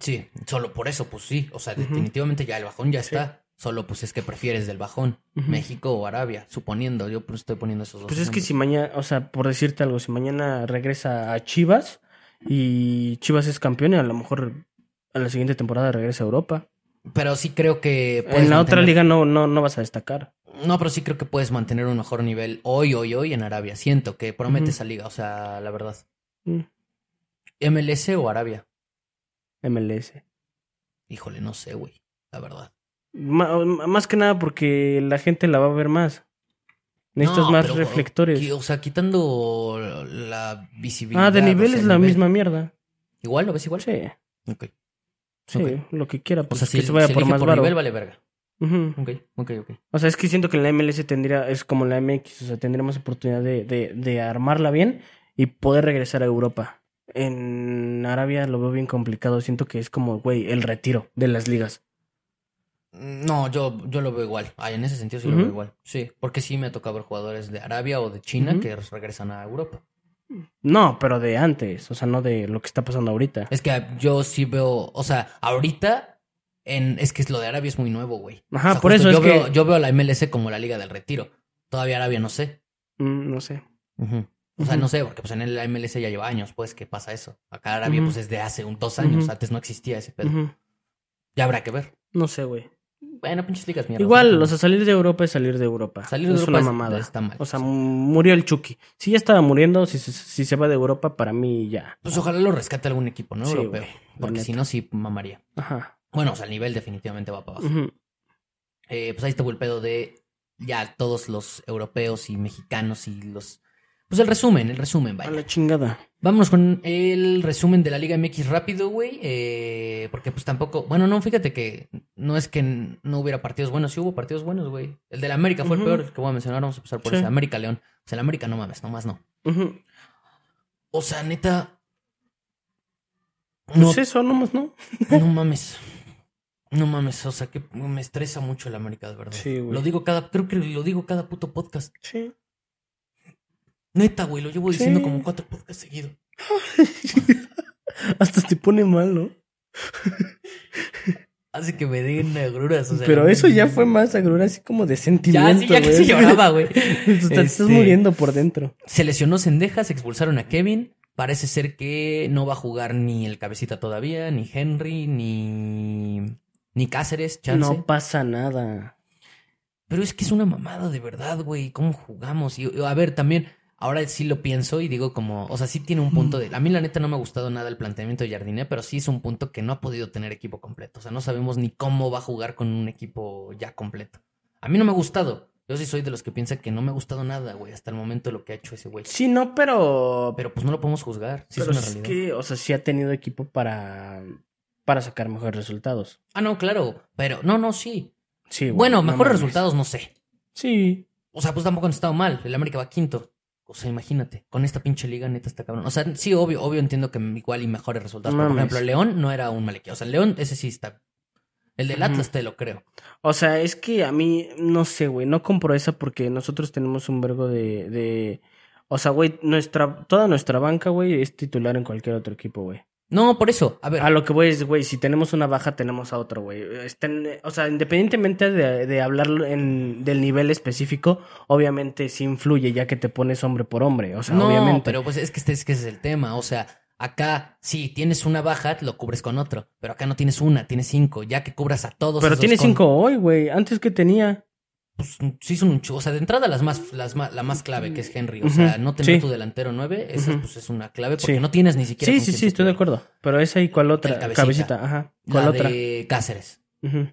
Speaker 2: Sí, solo por eso, pues sí. O sea,
Speaker 1: Ujú.
Speaker 2: definitivamente ya el bajón ya
Speaker 1: Sí.
Speaker 2: está. Solo pues es que prefieres del bajón.
Speaker 1: Ujú.
Speaker 2: México o Arabia, suponiendo. Yo pues, estoy poniendo esos dos.
Speaker 1: Pues es que
Speaker 2: ejemplos.
Speaker 1: si mañana, o sea, por decirte algo, si mañana regresa a Chivas y Chivas es campeón y a lo mejor a la siguiente temporada regresa a Europa.
Speaker 2: Pero sí creo que. puedes
Speaker 1: En la otra
Speaker 2: mantener-
Speaker 1: liga no, no, no vas a destacar.
Speaker 2: No, pero sí creo que puedes mantener un mejor nivel hoy, hoy, hoy en Arabia. Siento que promete
Speaker 1: Ujú.
Speaker 2: esa liga, o sea, la verdad.
Speaker 1: Mm,
Speaker 2: ¿MLS o Arabia?
Speaker 1: MLS.
Speaker 2: Híjole, no sé, güey. La verdad.
Speaker 1: Ma- ma- más que nada porque la gente la va a ver más. Necesitas
Speaker 2: No,
Speaker 1: más
Speaker 2: pero,
Speaker 1: reflectores.
Speaker 2: qui- O sea, quitando la visibilidad.
Speaker 1: Pues- Ah, de nivel
Speaker 2: o sea,
Speaker 1: es
Speaker 2: el
Speaker 1: la
Speaker 2: nivel.
Speaker 1: misma mierda.
Speaker 2: ¿Igual? ¿Lo ves igual?
Speaker 1: Sí,
Speaker 2: Ok.
Speaker 1: sí,
Speaker 2: Ok.
Speaker 1: lo que quiera.
Speaker 2: O
Speaker 1: Pues
Speaker 2: sea, si,
Speaker 1: que se vaya
Speaker 2: si
Speaker 1: por
Speaker 2: elige
Speaker 1: más
Speaker 2: por
Speaker 1: varo.
Speaker 2: nivel, vale verga.
Speaker 1: Ujú.
Speaker 2: Ok, ok, ok.
Speaker 1: O sea, es que siento que en la MLS tendría, es como la MX, o sea, tendríamos oportunidad de, de, de armarla bien y poder regresar a Europa. En Arabia lo veo bien complicado, siento que es como, güey, el retiro de las ligas.
Speaker 2: Mm, No, yo, yo lo veo igual. Ay, en ese sentido sí lo
Speaker 1: Ujú.
Speaker 2: veo igual. Sí, porque sí me ha tocado ver jugadores de Arabia o de China
Speaker 1: Ujú.
Speaker 2: que regresan a Europa.
Speaker 1: No, pero de antes, o sea, no de lo que está pasando ahorita.
Speaker 2: Es que yo sí veo, o sea, ahorita en, es que lo de Arabia es muy nuevo, güey.
Speaker 1: Ajá,
Speaker 2: O sea,
Speaker 1: por
Speaker 2: justo
Speaker 1: eso
Speaker 2: yo
Speaker 1: es
Speaker 2: veo,
Speaker 1: que-
Speaker 2: yo veo a la MLS como la liga del retiro. Todavía Arabia no sé.
Speaker 1: Mm, no sé.
Speaker 2: O sea,
Speaker 1: Ujú.
Speaker 2: no sé, porque pues en la MLS ya lleva años, pues, que pasa eso? Acá Arabia,
Speaker 1: Ujú.
Speaker 2: pues, es de hace un, dos años.
Speaker 1: Ujú.
Speaker 2: Antes no existía ese pedo.
Speaker 1: Ujú.
Speaker 2: Ya habrá que ver.
Speaker 1: No sé, güey.
Speaker 2: Bueno, pinches ligas mierda.
Speaker 1: Igual, o
Speaker 2: los
Speaker 1: sea, salir de Europa es salir de Europa.
Speaker 2: Salir de
Speaker 1: es
Speaker 2: Europa
Speaker 1: una
Speaker 2: es-
Speaker 1: mamada.
Speaker 2: está mal.
Speaker 1: O sea, murió el Chucky. Si ya estaba muriendo, si, se- si se va de Europa, para mí ya.
Speaker 2: Pues ojalá lo rescate algún equipo, ¿no?
Speaker 1: Sí,
Speaker 2: Europeo.
Speaker 1: güey, la
Speaker 2: porque si
Speaker 1: neta.
Speaker 2: no, sí mamaría.
Speaker 1: Ajá.
Speaker 2: Bueno, o sea, el nivel definitivamente va para abajo.
Speaker 1: Ujú.
Speaker 2: Eh, pues ahí estuvo el pedo de ya todos los europeos y mexicanos y los... Pues el resumen, el resumen,
Speaker 1: A
Speaker 2: vaya.
Speaker 1: la chingada.
Speaker 2: Vámonos con el resumen de la Liga MX rápido, güey. eh, porque pues tampoco... Bueno, no, fíjate que no es que n- no hubiera partidos buenos. Sí hubo partidos buenos, güey. El de la América fue
Speaker 1: Ujú.
Speaker 2: el peor que voy a mencionar. Vamos a empezar por
Speaker 1: Sí.
Speaker 2: ese. América León. O sea, el América no mames, nomás no.
Speaker 1: Ujú.
Speaker 2: O sea, neta...
Speaker 1: Pues eso, nomás, ¿no?
Speaker 2: No mames. No mames, o sea que me estresa mucho el América, de verdad.
Speaker 1: Sí, güey.
Speaker 2: Lo digo cada, creo que lo digo cada puto podcast.
Speaker 1: Sí.
Speaker 2: Neta, güey, lo llevo
Speaker 1: Sí.
Speaker 2: diciendo como cuatro podcasts seguidos.
Speaker 1: Hasta te pone mal, ¿no?
Speaker 2: Hace que me den agruras, o sea.
Speaker 1: Pero
Speaker 2: la-
Speaker 1: eso ya fue más agrura, así como de
Speaker 2: Ya,
Speaker 1: sentimiento.
Speaker 2: sí, ya
Speaker 1: güey.
Speaker 2: casi lloraba, güey.
Speaker 1: Te estás
Speaker 2: Este-
Speaker 1: muriendo por dentro.
Speaker 2: Se lesionó Sendejas, expulsaron a Kevin. Parece ser que no va a jugar ni el Cabecita todavía, ni Henry, ni, ni Cáceres, chance.
Speaker 1: No pasa nada.
Speaker 2: Pero es que es una mamada de verdad, güey. ¿Cómo jugamos? Y, a ver, también, ahora sí lo pienso y digo como, o sea, sí tiene un punto de... A mí la neta no me ha gustado nada el planteamiento de Jardiné, pero sí es un punto que no ha podido tener equipo completo. O sea, no sabemos ni cómo va a jugar con un equipo ya completo. A mí no me ha gustado. Yo sí soy de los que piensa que no me ha gustado nada, güey, hasta el momento lo que ha hecho ese güey.
Speaker 1: Sí, no, pero.
Speaker 2: Pero pues no lo podemos juzgar. Sí
Speaker 1: pero
Speaker 2: es una
Speaker 1: es
Speaker 2: realidad.
Speaker 1: que, o sea, sí ha tenido equipo para. para sacar mejores resultados.
Speaker 2: Ah, no, claro. Pero, no, no, sí.
Speaker 1: Sí, güey,
Speaker 2: Bueno,
Speaker 1: no
Speaker 2: mejores
Speaker 1: mames.
Speaker 2: resultados, no sé.
Speaker 1: Sí.
Speaker 2: O sea, pues tampoco han estado mal. El América va quinto. O sea, imagínate, con esta pinche liga neta está cabrón. O sea, sí, obvio, obvio entiendo que igual y mejores resultados. Pero, por
Speaker 1: Mames.
Speaker 2: ejemplo, el León no era un mal equipo. O sea, el León, ese sí está. El del
Speaker 1: Ujú.
Speaker 2: Atlas te lo creo.
Speaker 1: O sea, es que a mí, no sé, güey, no compro esa porque nosotros tenemos un vergo de. de... O sea, güey, nuestra, toda nuestra banca, güey, es titular en cualquier otro equipo, güey.
Speaker 2: No, por eso. A ver,
Speaker 1: A lo que voy es, güey, si tenemos una baja, tenemos a otro, güey. Estén- o sea, independientemente de, de hablar en- del nivel específico, obviamente sí influye, ya que te pones hombre por hombre. O sea,
Speaker 2: no,
Speaker 1: obviamente.
Speaker 2: pero pues es que, este, es que ese es el tema. O sea, acá sí tienes una baja, lo cubres con otro. Pero acá no tienes una, tienes cinco. Ya que cubras a todos.
Speaker 1: Pero
Speaker 2: esos
Speaker 1: tiene
Speaker 2: con-
Speaker 1: cinco hoy, güey. Antes que tenía.
Speaker 2: Pues, sí son un chu- O sea, de entrada las más, las más, la más clave que es Henry. O sea,
Speaker 1: Ujú,
Speaker 2: no tener
Speaker 1: sí.
Speaker 2: tu delantero nueve, esa
Speaker 1: Ujú.
Speaker 2: pues es una clave porque
Speaker 1: Sí.
Speaker 2: no tienes ni siquiera.
Speaker 1: Sí,
Speaker 2: con
Speaker 1: sí,
Speaker 2: quién
Speaker 1: sí, estoy de
Speaker 2: sustituir.
Speaker 1: acuerdo. Pero esa y cuál otra.
Speaker 2: El cabecita.
Speaker 1: Cabecita. ajá. ¿Cuál
Speaker 2: La
Speaker 1: otra?
Speaker 2: de Cáceres,
Speaker 1: Ujú.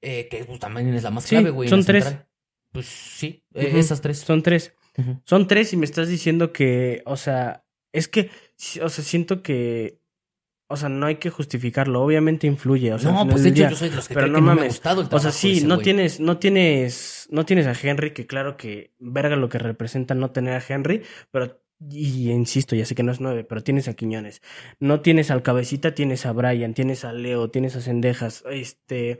Speaker 2: eh, que pues, también es la más
Speaker 1: Sí,
Speaker 2: clave, güey. en
Speaker 1: son
Speaker 2: la
Speaker 1: tres.
Speaker 2: central. Pues sí, eh,
Speaker 1: Ujú.
Speaker 2: esas tres.
Speaker 1: Son tres.
Speaker 2: Ujú.
Speaker 1: Son tres y me estás diciendo que, o sea, es que, o sea, siento que, o sea, no hay que justificarlo. Obviamente influye. O sea, al
Speaker 2: no,
Speaker 1: final
Speaker 2: pues de
Speaker 1: del
Speaker 2: hecho
Speaker 1: día-
Speaker 2: yo soy de los que
Speaker 1: pero
Speaker 2: cree
Speaker 1: no
Speaker 2: que no me ha
Speaker 1: mames.
Speaker 2: gustado el
Speaker 1: O sea,
Speaker 2: trabajo de
Speaker 1: sí,
Speaker 2: ese
Speaker 1: no
Speaker 2: güey.
Speaker 1: tienes, no tienes, no tienes a Henry, que claro que verga lo que representa no tener a Henry, pero y insisto, ya sé que no es nueve, pero tienes a Quiñones, no tienes al cabecita, tienes a Brian, tienes a Leo, tienes a Cendejas, este,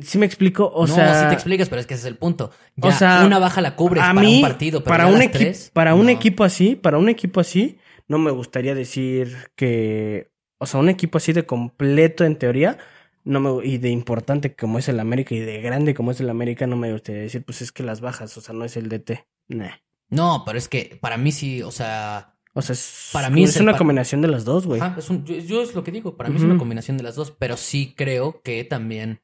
Speaker 1: ¿sí me explico? O
Speaker 2: no,
Speaker 1: sea,
Speaker 2: sí te explicas, pero es que ese es el punto. Ya,
Speaker 1: o sea,
Speaker 2: una baja la cubres
Speaker 1: a
Speaker 2: para
Speaker 1: mí,
Speaker 2: un partido, pero
Speaker 1: para
Speaker 2: ya
Speaker 1: un
Speaker 2: las
Speaker 1: equi-
Speaker 2: tres,
Speaker 1: para un
Speaker 2: no.
Speaker 1: equipo así, para un equipo así, no me gustaría decir que, o sea, un equipo así de completo en teoría, no me y de importante como es el América y de grande como es el América, no me gustaría decir, pues es que las bajas, o sea, no es el DT. Nah.
Speaker 2: No, pero es que para mí sí, o sea,
Speaker 1: O sea, es,
Speaker 2: Para mí
Speaker 1: es,
Speaker 2: es el
Speaker 1: una
Speaker 2: par-
Speaker 1: combinación de las dos, güey.
Speaker 2: Ajá, es un- yo, yo es lo que digo, para mí es una
Speaker 1: Ujú.
Speaker 2: combinación de las dos, pero sí creo que también,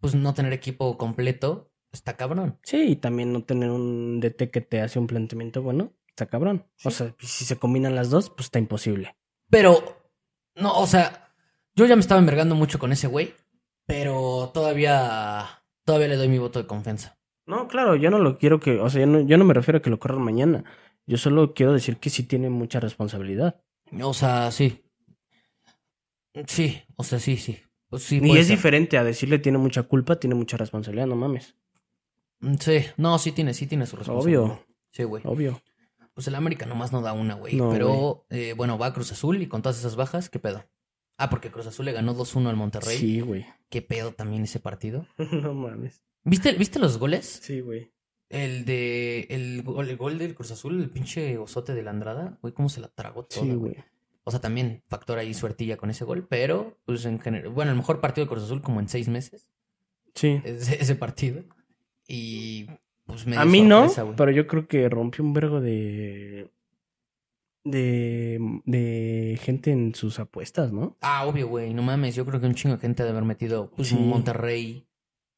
Speaker 2: pues no tener equipo completo está cabrón.
Speaker 1: Sí, y también no tener un DT que te hace un planteamiento bueno, está cabrón. O
Speaker 2: Sí.
Speaker 1: sea, si se combinan las dos, pues está imposible.
Speaker 2: Pero, no, o sea, yo ya me estaba envergando mucho con ese güey, pero todavía, todavía le doy mi voto de confianza.
Speaker 1: No, claro, yo no lo quiero que, o sea, yo no, yo no me refiero a que lo corran mañana. Yo solo quiero decir que sí tiene mucha responsabilidad.
Speaker 2: O sea, sí. Sí, o sea, sí, sí. Pues sí,
Speaker 1: y
Speaker 2: puede
Speaker 1: es
Speaker 2: ser.
Speaker 1: diferente a decirle tiene mucha culpa, tiene mucha responsabilidad, no mames.
Speaker 2: Mm, Sí, no, sí tiene, sí tiene su responsabilidad.
Speaker 1: Obvio,
Speaker 2: Sí, güey.
Speaker 1: obvio.
Speaker 2: Pues el América nomás no da una, güey.
Speaker 1: No,
Speaker 2: pero eh, bueno, va a Cruz Azul y con todas esas bajas, ¿qué pedo? Ah, porque Cruz Azul le ganó 2-1 al Monterrey.
Speaker 1: Sí, güey.
Speaker 2: ¿Qué pedo también ese partido?
Speaker 1: no mames.
Speaker 2: ¿Viste, ¿viste los goles?
Speaker 1: Sí, güey.
Speaker 2: El de. El gol, el gol del Cruz Azul, el pinche osote de la Andrada. Güey, cómo se la tragó toda,
Speaker 1: Sí,
Speaker 2: güey.
Speaker 1: güey.
Speaker 2: O sea, también factor ahí suertilla con ese gol, pero pues en general. Bueno, el mejor partido de Cruz Azul como en seis meses.
Speaker 1: Sí.
Speaker 2: Ese, ese partido. Y. Pues me
Speaker 1: A
Speaker 2: dio
Speaker 1: mí no,
Speaker 2: sorpresa, güey.
Speaker 1: pero yo creo que rompió un vergo de. de. de gente en sus apuestas, ¿no?
Speaker 2: Ah, obvio, güey, no mames, yo creo que un chingo de gente ha de haber metido pues,
Speaker 1: Sí.
Speaker 2: Monterrey.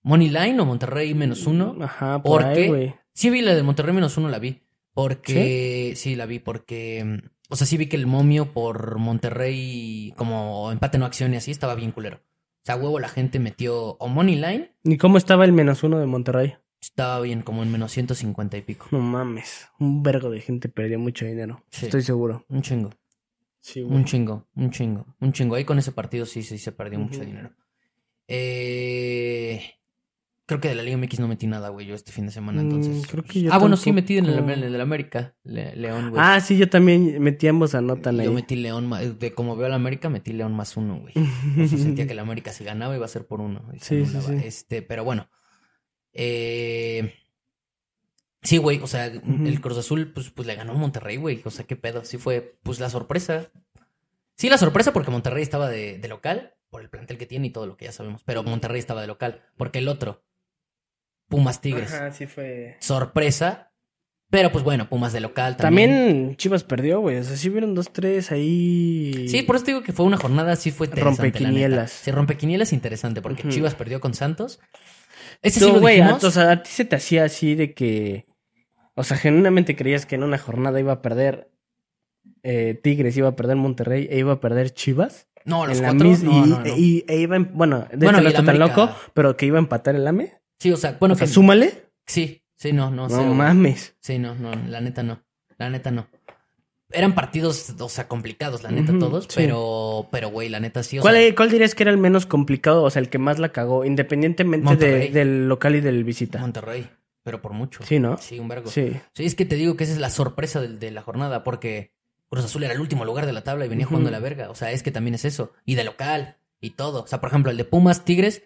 Speaker 2: Moneyline o Monterrey menos uno.
Speaker 1: Ajá, por
Speaker 2: ¿Por
Speaker 1: ahí,
Speaker 2: qué?
Speaker 1: güey.
Speaker 2: Sí vi la de Monterrey menos uno, la vi. Porque, ¿Sí? la vi, porque, mm, o sea, sí vi que el momio por Monterrey, como empate no acción y así, estaba bien culero. O sea, huevo, la gente metió o Moneyline,
Speaker 1: ¿Y cómo estaba el menos uno de Monterrey?
Speaker 2: estaba bien, como en menos 150 y pico.
Speaker 1: No mames. Un vergo de gente perdió mucho dinero.
Speaker 2: Sí.
Speaker 1: Estoy seguro.
Speaker 2: Un chingo.
Speaker 1: Sí,
Speaker 2: Un chingo, un chingo, un chingo. Ahí con ese partido sí, sí se perdió mucho
Speaker 1: Ujú.
Speaker 2: dinero. Eh, creo que de la Liga MX no metí nada, güey, yo este fin de semana,
Speaker 1: Mm,
Speaker 2: entonces.
Speaker 1: creo
Speaker 2: pues-
Speaker 1: que yo
Speaker 2: ah, bueno, sí metí en el,
Speaker 1: tampoco.
Speaker 2: en el América, Le- León, güey.
Speaker 1: Ah, sí, yo también metí ambos anotan ahí.
Speaker 2: yo metí León, ma- de como veo al América, metí León más uno, güey. O sea, sentía que el América si ganaba iba a ser por uno. y se
Speaker 1: Sí, sí,
Speaker 2: anulaba.
Speaker 1: sí.
Speaker 2: Este, pero bueno. Eh, sí, güey. O sea,
Speaker 1: Ujú.
Speaker 2: el Cruz Azul, pues, pues le ganó a Monterrey, güey. O sea, qué pedo. Sí fue, pues, la sorpresa. Sí, la sorpresa porque Monterrey estaba de, de local, por el plantel que tiene y todo lo que ya sabemos. Pero Monterrey estaba de local. Porque el otro, Pumas Tigres.
Speaker 1: sí fue.
Speaker 2: Sorpresa. Pero pues bueno, Pumas de local también.
Speaker 1: También Chivas perdió, güey. O sea, sí vieron dos, tres ahí.
Speaker 2: Sí, por eso te digo que fue una jornada, sí fue interesante.
Speaker 1: Rompequinielas.
Speaker 2: la neta. Sí, rompequinielas interesante, porque
Speaker 1: Ujú.
Speaker 2: Chivas perdió con Santos. Ese sí
Speaker 1: Tú,
Speaker 2: lo
Speaker 1: güey, a,
Speaker 2: dijimos.
Speaker 1: o sea, a ti se te hacía así de que. O sea, genuinamente creías que en una jornada iba a perder eh, Tigres, iba a perder Monterrey e iba a perder Chivas.
Speaker 2: no, los
Speaker 1: en la
Speaker 2: cuatro.
Speaker 1: mis-
Speaker 2: no,
Speaker 1: y,
Speaker 2: no, no.
Speaker 1: y- e iba. en- bueno, de
Speaker 2: Bueno,
Speaker 1: hecho
Speaker 2: y
Speaker 1: no
Speaker 2: el
Speaker 1: está tan
Speaker 2: América.
Speaker 1: loco, pero que iba a E. empatar el AME.
Speaker 2: sí, o sea, bueno,
Speaker 1: o sea,
Speaker 2: que-
Speaker 1: súmale.
Speaker 2: sí, sí, no, no.
Speaker 1: No,
Speaker 2: cero, güey.
Speaker 1: mames.
Speaker 2: Sí, no, no, la neta no. La neta no. Eran partidos, o sea, complicados, la neta,
Speaker 1: Ujú,
Speaker 2: todos.
Speaker 1: sí.
Speaker 2: pero, pero, güey, la neta sí. O
Speaker 1: ¿Cuál,
Speaker 2: sea,
Speaker 1: cuál dirías que era el menos complicado? O sea, el que más la cagó, independientemente de-
Speaker 2: Monterrey.
Speaker 1: del local y del visita.
Speaker 2: Monterrey, pero por mucho.
Speaker 1: Sí, ¿no?
Speaker 2: Sí, un vergo. Sí.
Speaker 1: Sí.
Speaker 2: es que te digo que esa es la sorpresa del- de, la jornada, porque Cruz Azul era el último lugar de la tabla y venía
Speaker 1: Ujú.
Speaker 2: jugando a la verga. O sea, es que también es eso. Y de local, y todo. O sea, por ejemplo, el de Pumas, Tigres.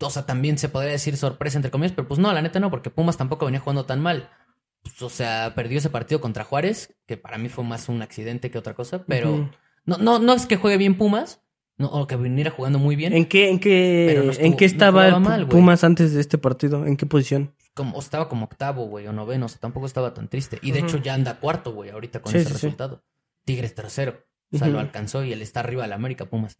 Speaker 2: O sea, también se podría decir sorpresa, entre comillas, pero pues no, la neta no, porque Pumas tampoco venía jugando tan mal. Pues, o sea, perdió ese partido contra Juárez, que para mí fue más un accidente que otra cosa, pero.
Speaker 1: Ujú.
Speaker 2: No, no, no es que juegue bien Pumas, no, o que viniera jugando muy bien.
Speaker 1: ¿En qué, en qué,
Speaker 2: Pero no estuvo-
Speaker 1: en qué
Speaker 2: no
Speaker 1: estaba
Speaker 2: jugaba
Speaker 1: el Pu-
Speaker 2: mal, güey.
Speaker 1: Pumas antes de este partido? ¿En qué posición?
Speaker 2: Como, o estaba como octavo, güey, o noveno, o sea, tampoco estaba tan triste. Y de
Speaker 1: Ujú.
Speaker 2: hecho ya anda cuarto, güey, ahorita con
Speaker 1: Sí,
Speaker 2: ese
Speaker 1: sí, sí.
Speaker 2: resultado. Tigres tercero. O sea,
Speaker 1: Ujú.
Speaker 2: lo alcanzó y él está arriba de la América, Pumas.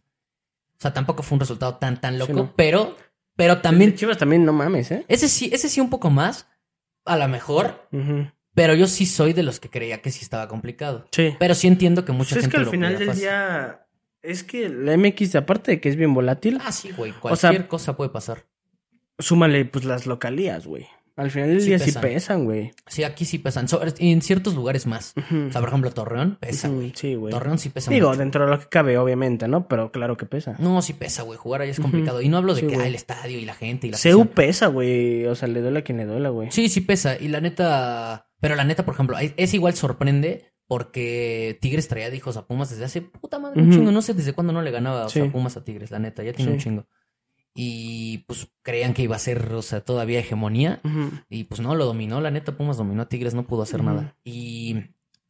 Speaker 2: O sea, tampoco fue un resultado tan, tan loco,
Speaker 1: no.
Speaker 2: pero, pero
Speaker 1: También
Speaker 2: también.
Speaker 1: Chivas también, no mames, ¿eh?
Speaker 2: Ese sí, ese sí un poco más, a lo mejor,
Speaker 1: Ujú.
Speaker 2: pero yo sí soy de los que creía que sí estaba complicado.
Speaker 1: Sí.
Speaker 2: Pero sí entiendo que mucha
Speaker 1: Pues es
Speaker 2: gente
Speaker 1: que al
Speaker 2: lo
Speaker 1: final
Speaker 2: veía
Speaker 1: del
Speaker 2: fácil.
Speaker 1: día, es que la MX, aparte de que es bien volátil,
Speaker 2: Ah, sí, güey,
Speaker 1: O sea,
Speaker 2: cualquier cosa puede pasar.
Speaker 1: súmale pues las localías, güey. Al final del
Speaker 2: Sí
Speaker 1: día sí
Speaker 2: pesan.
Speaker 1: pesan, güey.
Speaker 2: Sí, aquí sí pesan. So- en ciertos lugares más.
Speaker 1: Ujú.
Speaker 2: O sea, por ejemplo, Torreón pesa,
Speaker 1: Ujú,
Speaker 2: güey.
Speaker 1: Sí, güey.
Speaker 2: Torreón sí pesa
Speaker 1: Digo,
Speaker 2: mucho.
Speaker 1: dentro de lo que cabe, obviamente, ¿no? Pero claro que pesa.
Speaker 2: No, sí pesa, güey. Jugar ahí es
Speaker 1: Ujú.
Speaker 2: complicado. Y no hablo de
Speaker 1: Sí,
Speaker 2: que
Speaker 1: güey.
Speaker 2: ah, el estadio y la gente y la
Speaker 1: CU
Speaker 2: afición.
Speaker 1: pesa, güey. O sea, le duele a quien le duela, güey.
Speaker 2: Sí, sí pesa. Y la neta. Pero la neta, por ejemplo, ahí- es igual sorprende porque Tigres traía de hijos a Pumas desde hace puta madre un
Speaker 1: Ujú.
Speaker 2: chingo. No sé desde cuándo no le ganaba o sea,
Speaker 1: Sí.
Speaker 2: Pumas a Tigres, la neta. Ya tiene
Speaker 1: Sí.
Speaker 2: un chingo. Y pues creían que iba a ser, o sea, todavía hegemonía.
Speaker 1: Ujú.
Speaker 2: Y pues no, lo dominó. La neta, Pumas dominó a Tigres, no pudo hacer
Speaker 1: Ujú.
Speaker 2: nada. Y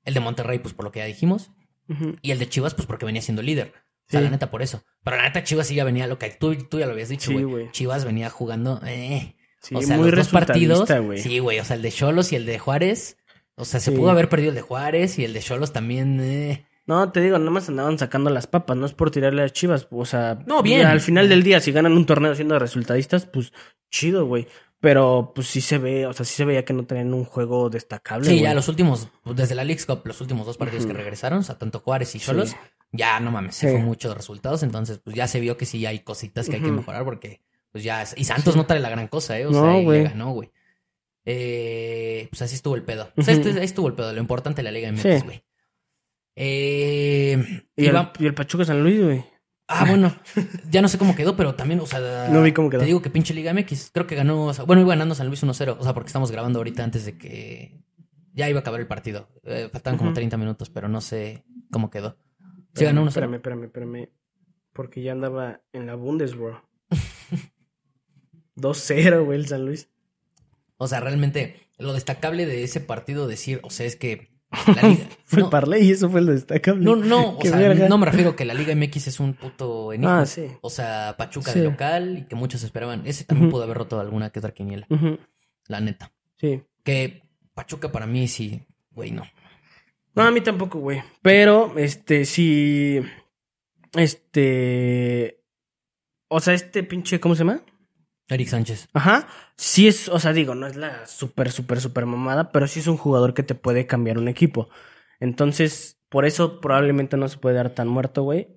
Speaker 2: el de Monterrey, pues por lo que ya dijimos.
Speaker 1: Ujú.
Speaker 2: Y el de Chivas, pues porque venía siendo líder. O sea,
Speaker 1: Sí.
Speaker 2: la neta, por eso. Pero la neta, Chivas sí ya venía loca. Tú, tú ya lo habías dicho,
Speaker 1: Sí,
Speaker 2: güey.
Speaker 1: güey.
Speaker 2: Chivas venía jugando. Eh.
Speaker 1: Sí,
Speaker 2: o sea,
Speaker 1: muy
Speaker 2: los dos partidos.
Speaker 1: resultadista, güey.
Speaker 2: Sí, güey. O sea, el de Cholos y el de Juárez. O sea, se
Speaker 1: Sí.
Speaker 2: pudo haber perdido el de Juárez y el de Cholos también. Eh.
Speaker 1: No, te digo, nomás andaban sacando las papas, no es por tirarle a las chivas, o sea...
Speaker 2: No, bien.
Speaker 1: Al final del día, si ganan un torneo siendo resultadistas, pues chido, güey. Pero pues sí se ve, o sea, sí se veía que no tenían un juego destacable,
Speaker 2: Sí,
Speaker 1: güey.
Speaker 2: ya los últimos, desde la League Cup, los últimos dos partidos que
Speaker 1: Ujú.
Speaker 2: regresaron, o sea, tanto Juárez y
Speaker 1: Sí.
Speaker 2: Cholos, ya no mames, se
Speaker 1: Sí.
Speaker 2: fue mucho de resultados. Entonces, pues ya se vio que sí hay cositas que hay que
Speaker 1: Ujú.
Speaker 2: mejorar porque, pues ya. es- Y Santos no trae la gran cosa, ¿eh? O
Speaker 1: No,
Speaker 2: sea, y le
Speaker 1: güey.
Speaker 2: ganó, güey. Eh, pues así estuvo el pedo. O sea,
Speaker 1: Ujú.
Speaker 2: este- ahí estuvo el pedo. Lo importante de la Liga MX,
Speaker 1: Sí.
Speaker 2: güey. Eh,
Speaker 1: Y,
Speaker 2: y
Speaker 1: el,
Speaker 2: va-
Speaker 1: y el Pachuca San Luis, güey.
Speaker 2: Ah, bueno, ya no sé cómo quedó, pero también, o sea,
Speaker 1: No vi cómo quedó.
Speaker 2: te digo que pinche Liga MX, creo que ganó, o sea, bueno, iba ganando San Luis 1-0, o sea, porque estamos grabando ahorita antes de que ya iba a acabar el partido. Eh, faltaban como
Speaker 1: Ujú.
Speaker 2: 30 minutos, pero no sé cómo quedó. Sí,
Speaker 1: Espérame,
Speaker 2: ganó 1-0.
Speaker 1: Espérame, espérame, espérame. Porque ya andaba en la Bundes, bro. 2-0, güey, el San Luis.
Speaker 2: O sea, realmente, lo destacable de ese partido, decir, o sea, es que la Liga...
Speaker 1: Fue
Speaker 2: no,
Speaker 1: el parlay y eso fue lo destacable.
Speaker 2: no, no, o
Speaker 1: Qué
Speaker 2: sea,
Speaker 1: verga.
Speaker 2: no me refiero que la Liga MX es un puto enigma.
Speaker 1: Ah, sí.
Speaker 2: O sea, Pachuca
Speaker 1: Sí.
Speaker 2: de local y que muchos esperaban. Ese también
Speaker 1: Ujú.
Speaker 2: pudo haber roto alguna que otra quiniela,
Speaker 1: Ujú,
Speaker 2: la neta.
Speaker 1: Sí.
Speaker 2: Que Pachuca para mí sí, güey, no.
Speaker 1: No, a mí tampoco, güey. Pero, este, sí. Este. O sea, este pinche, ¿cómo se llama?
Speaker 2: Eric Sánchez.
Speaker 1: Ajá. Sí es, o sea, digo, no es la super, super, super mamada, pero sí es un jugador que te puede cambiar un equipo. Entonces, por eso probablemente no se puede dar tan muerto, güey.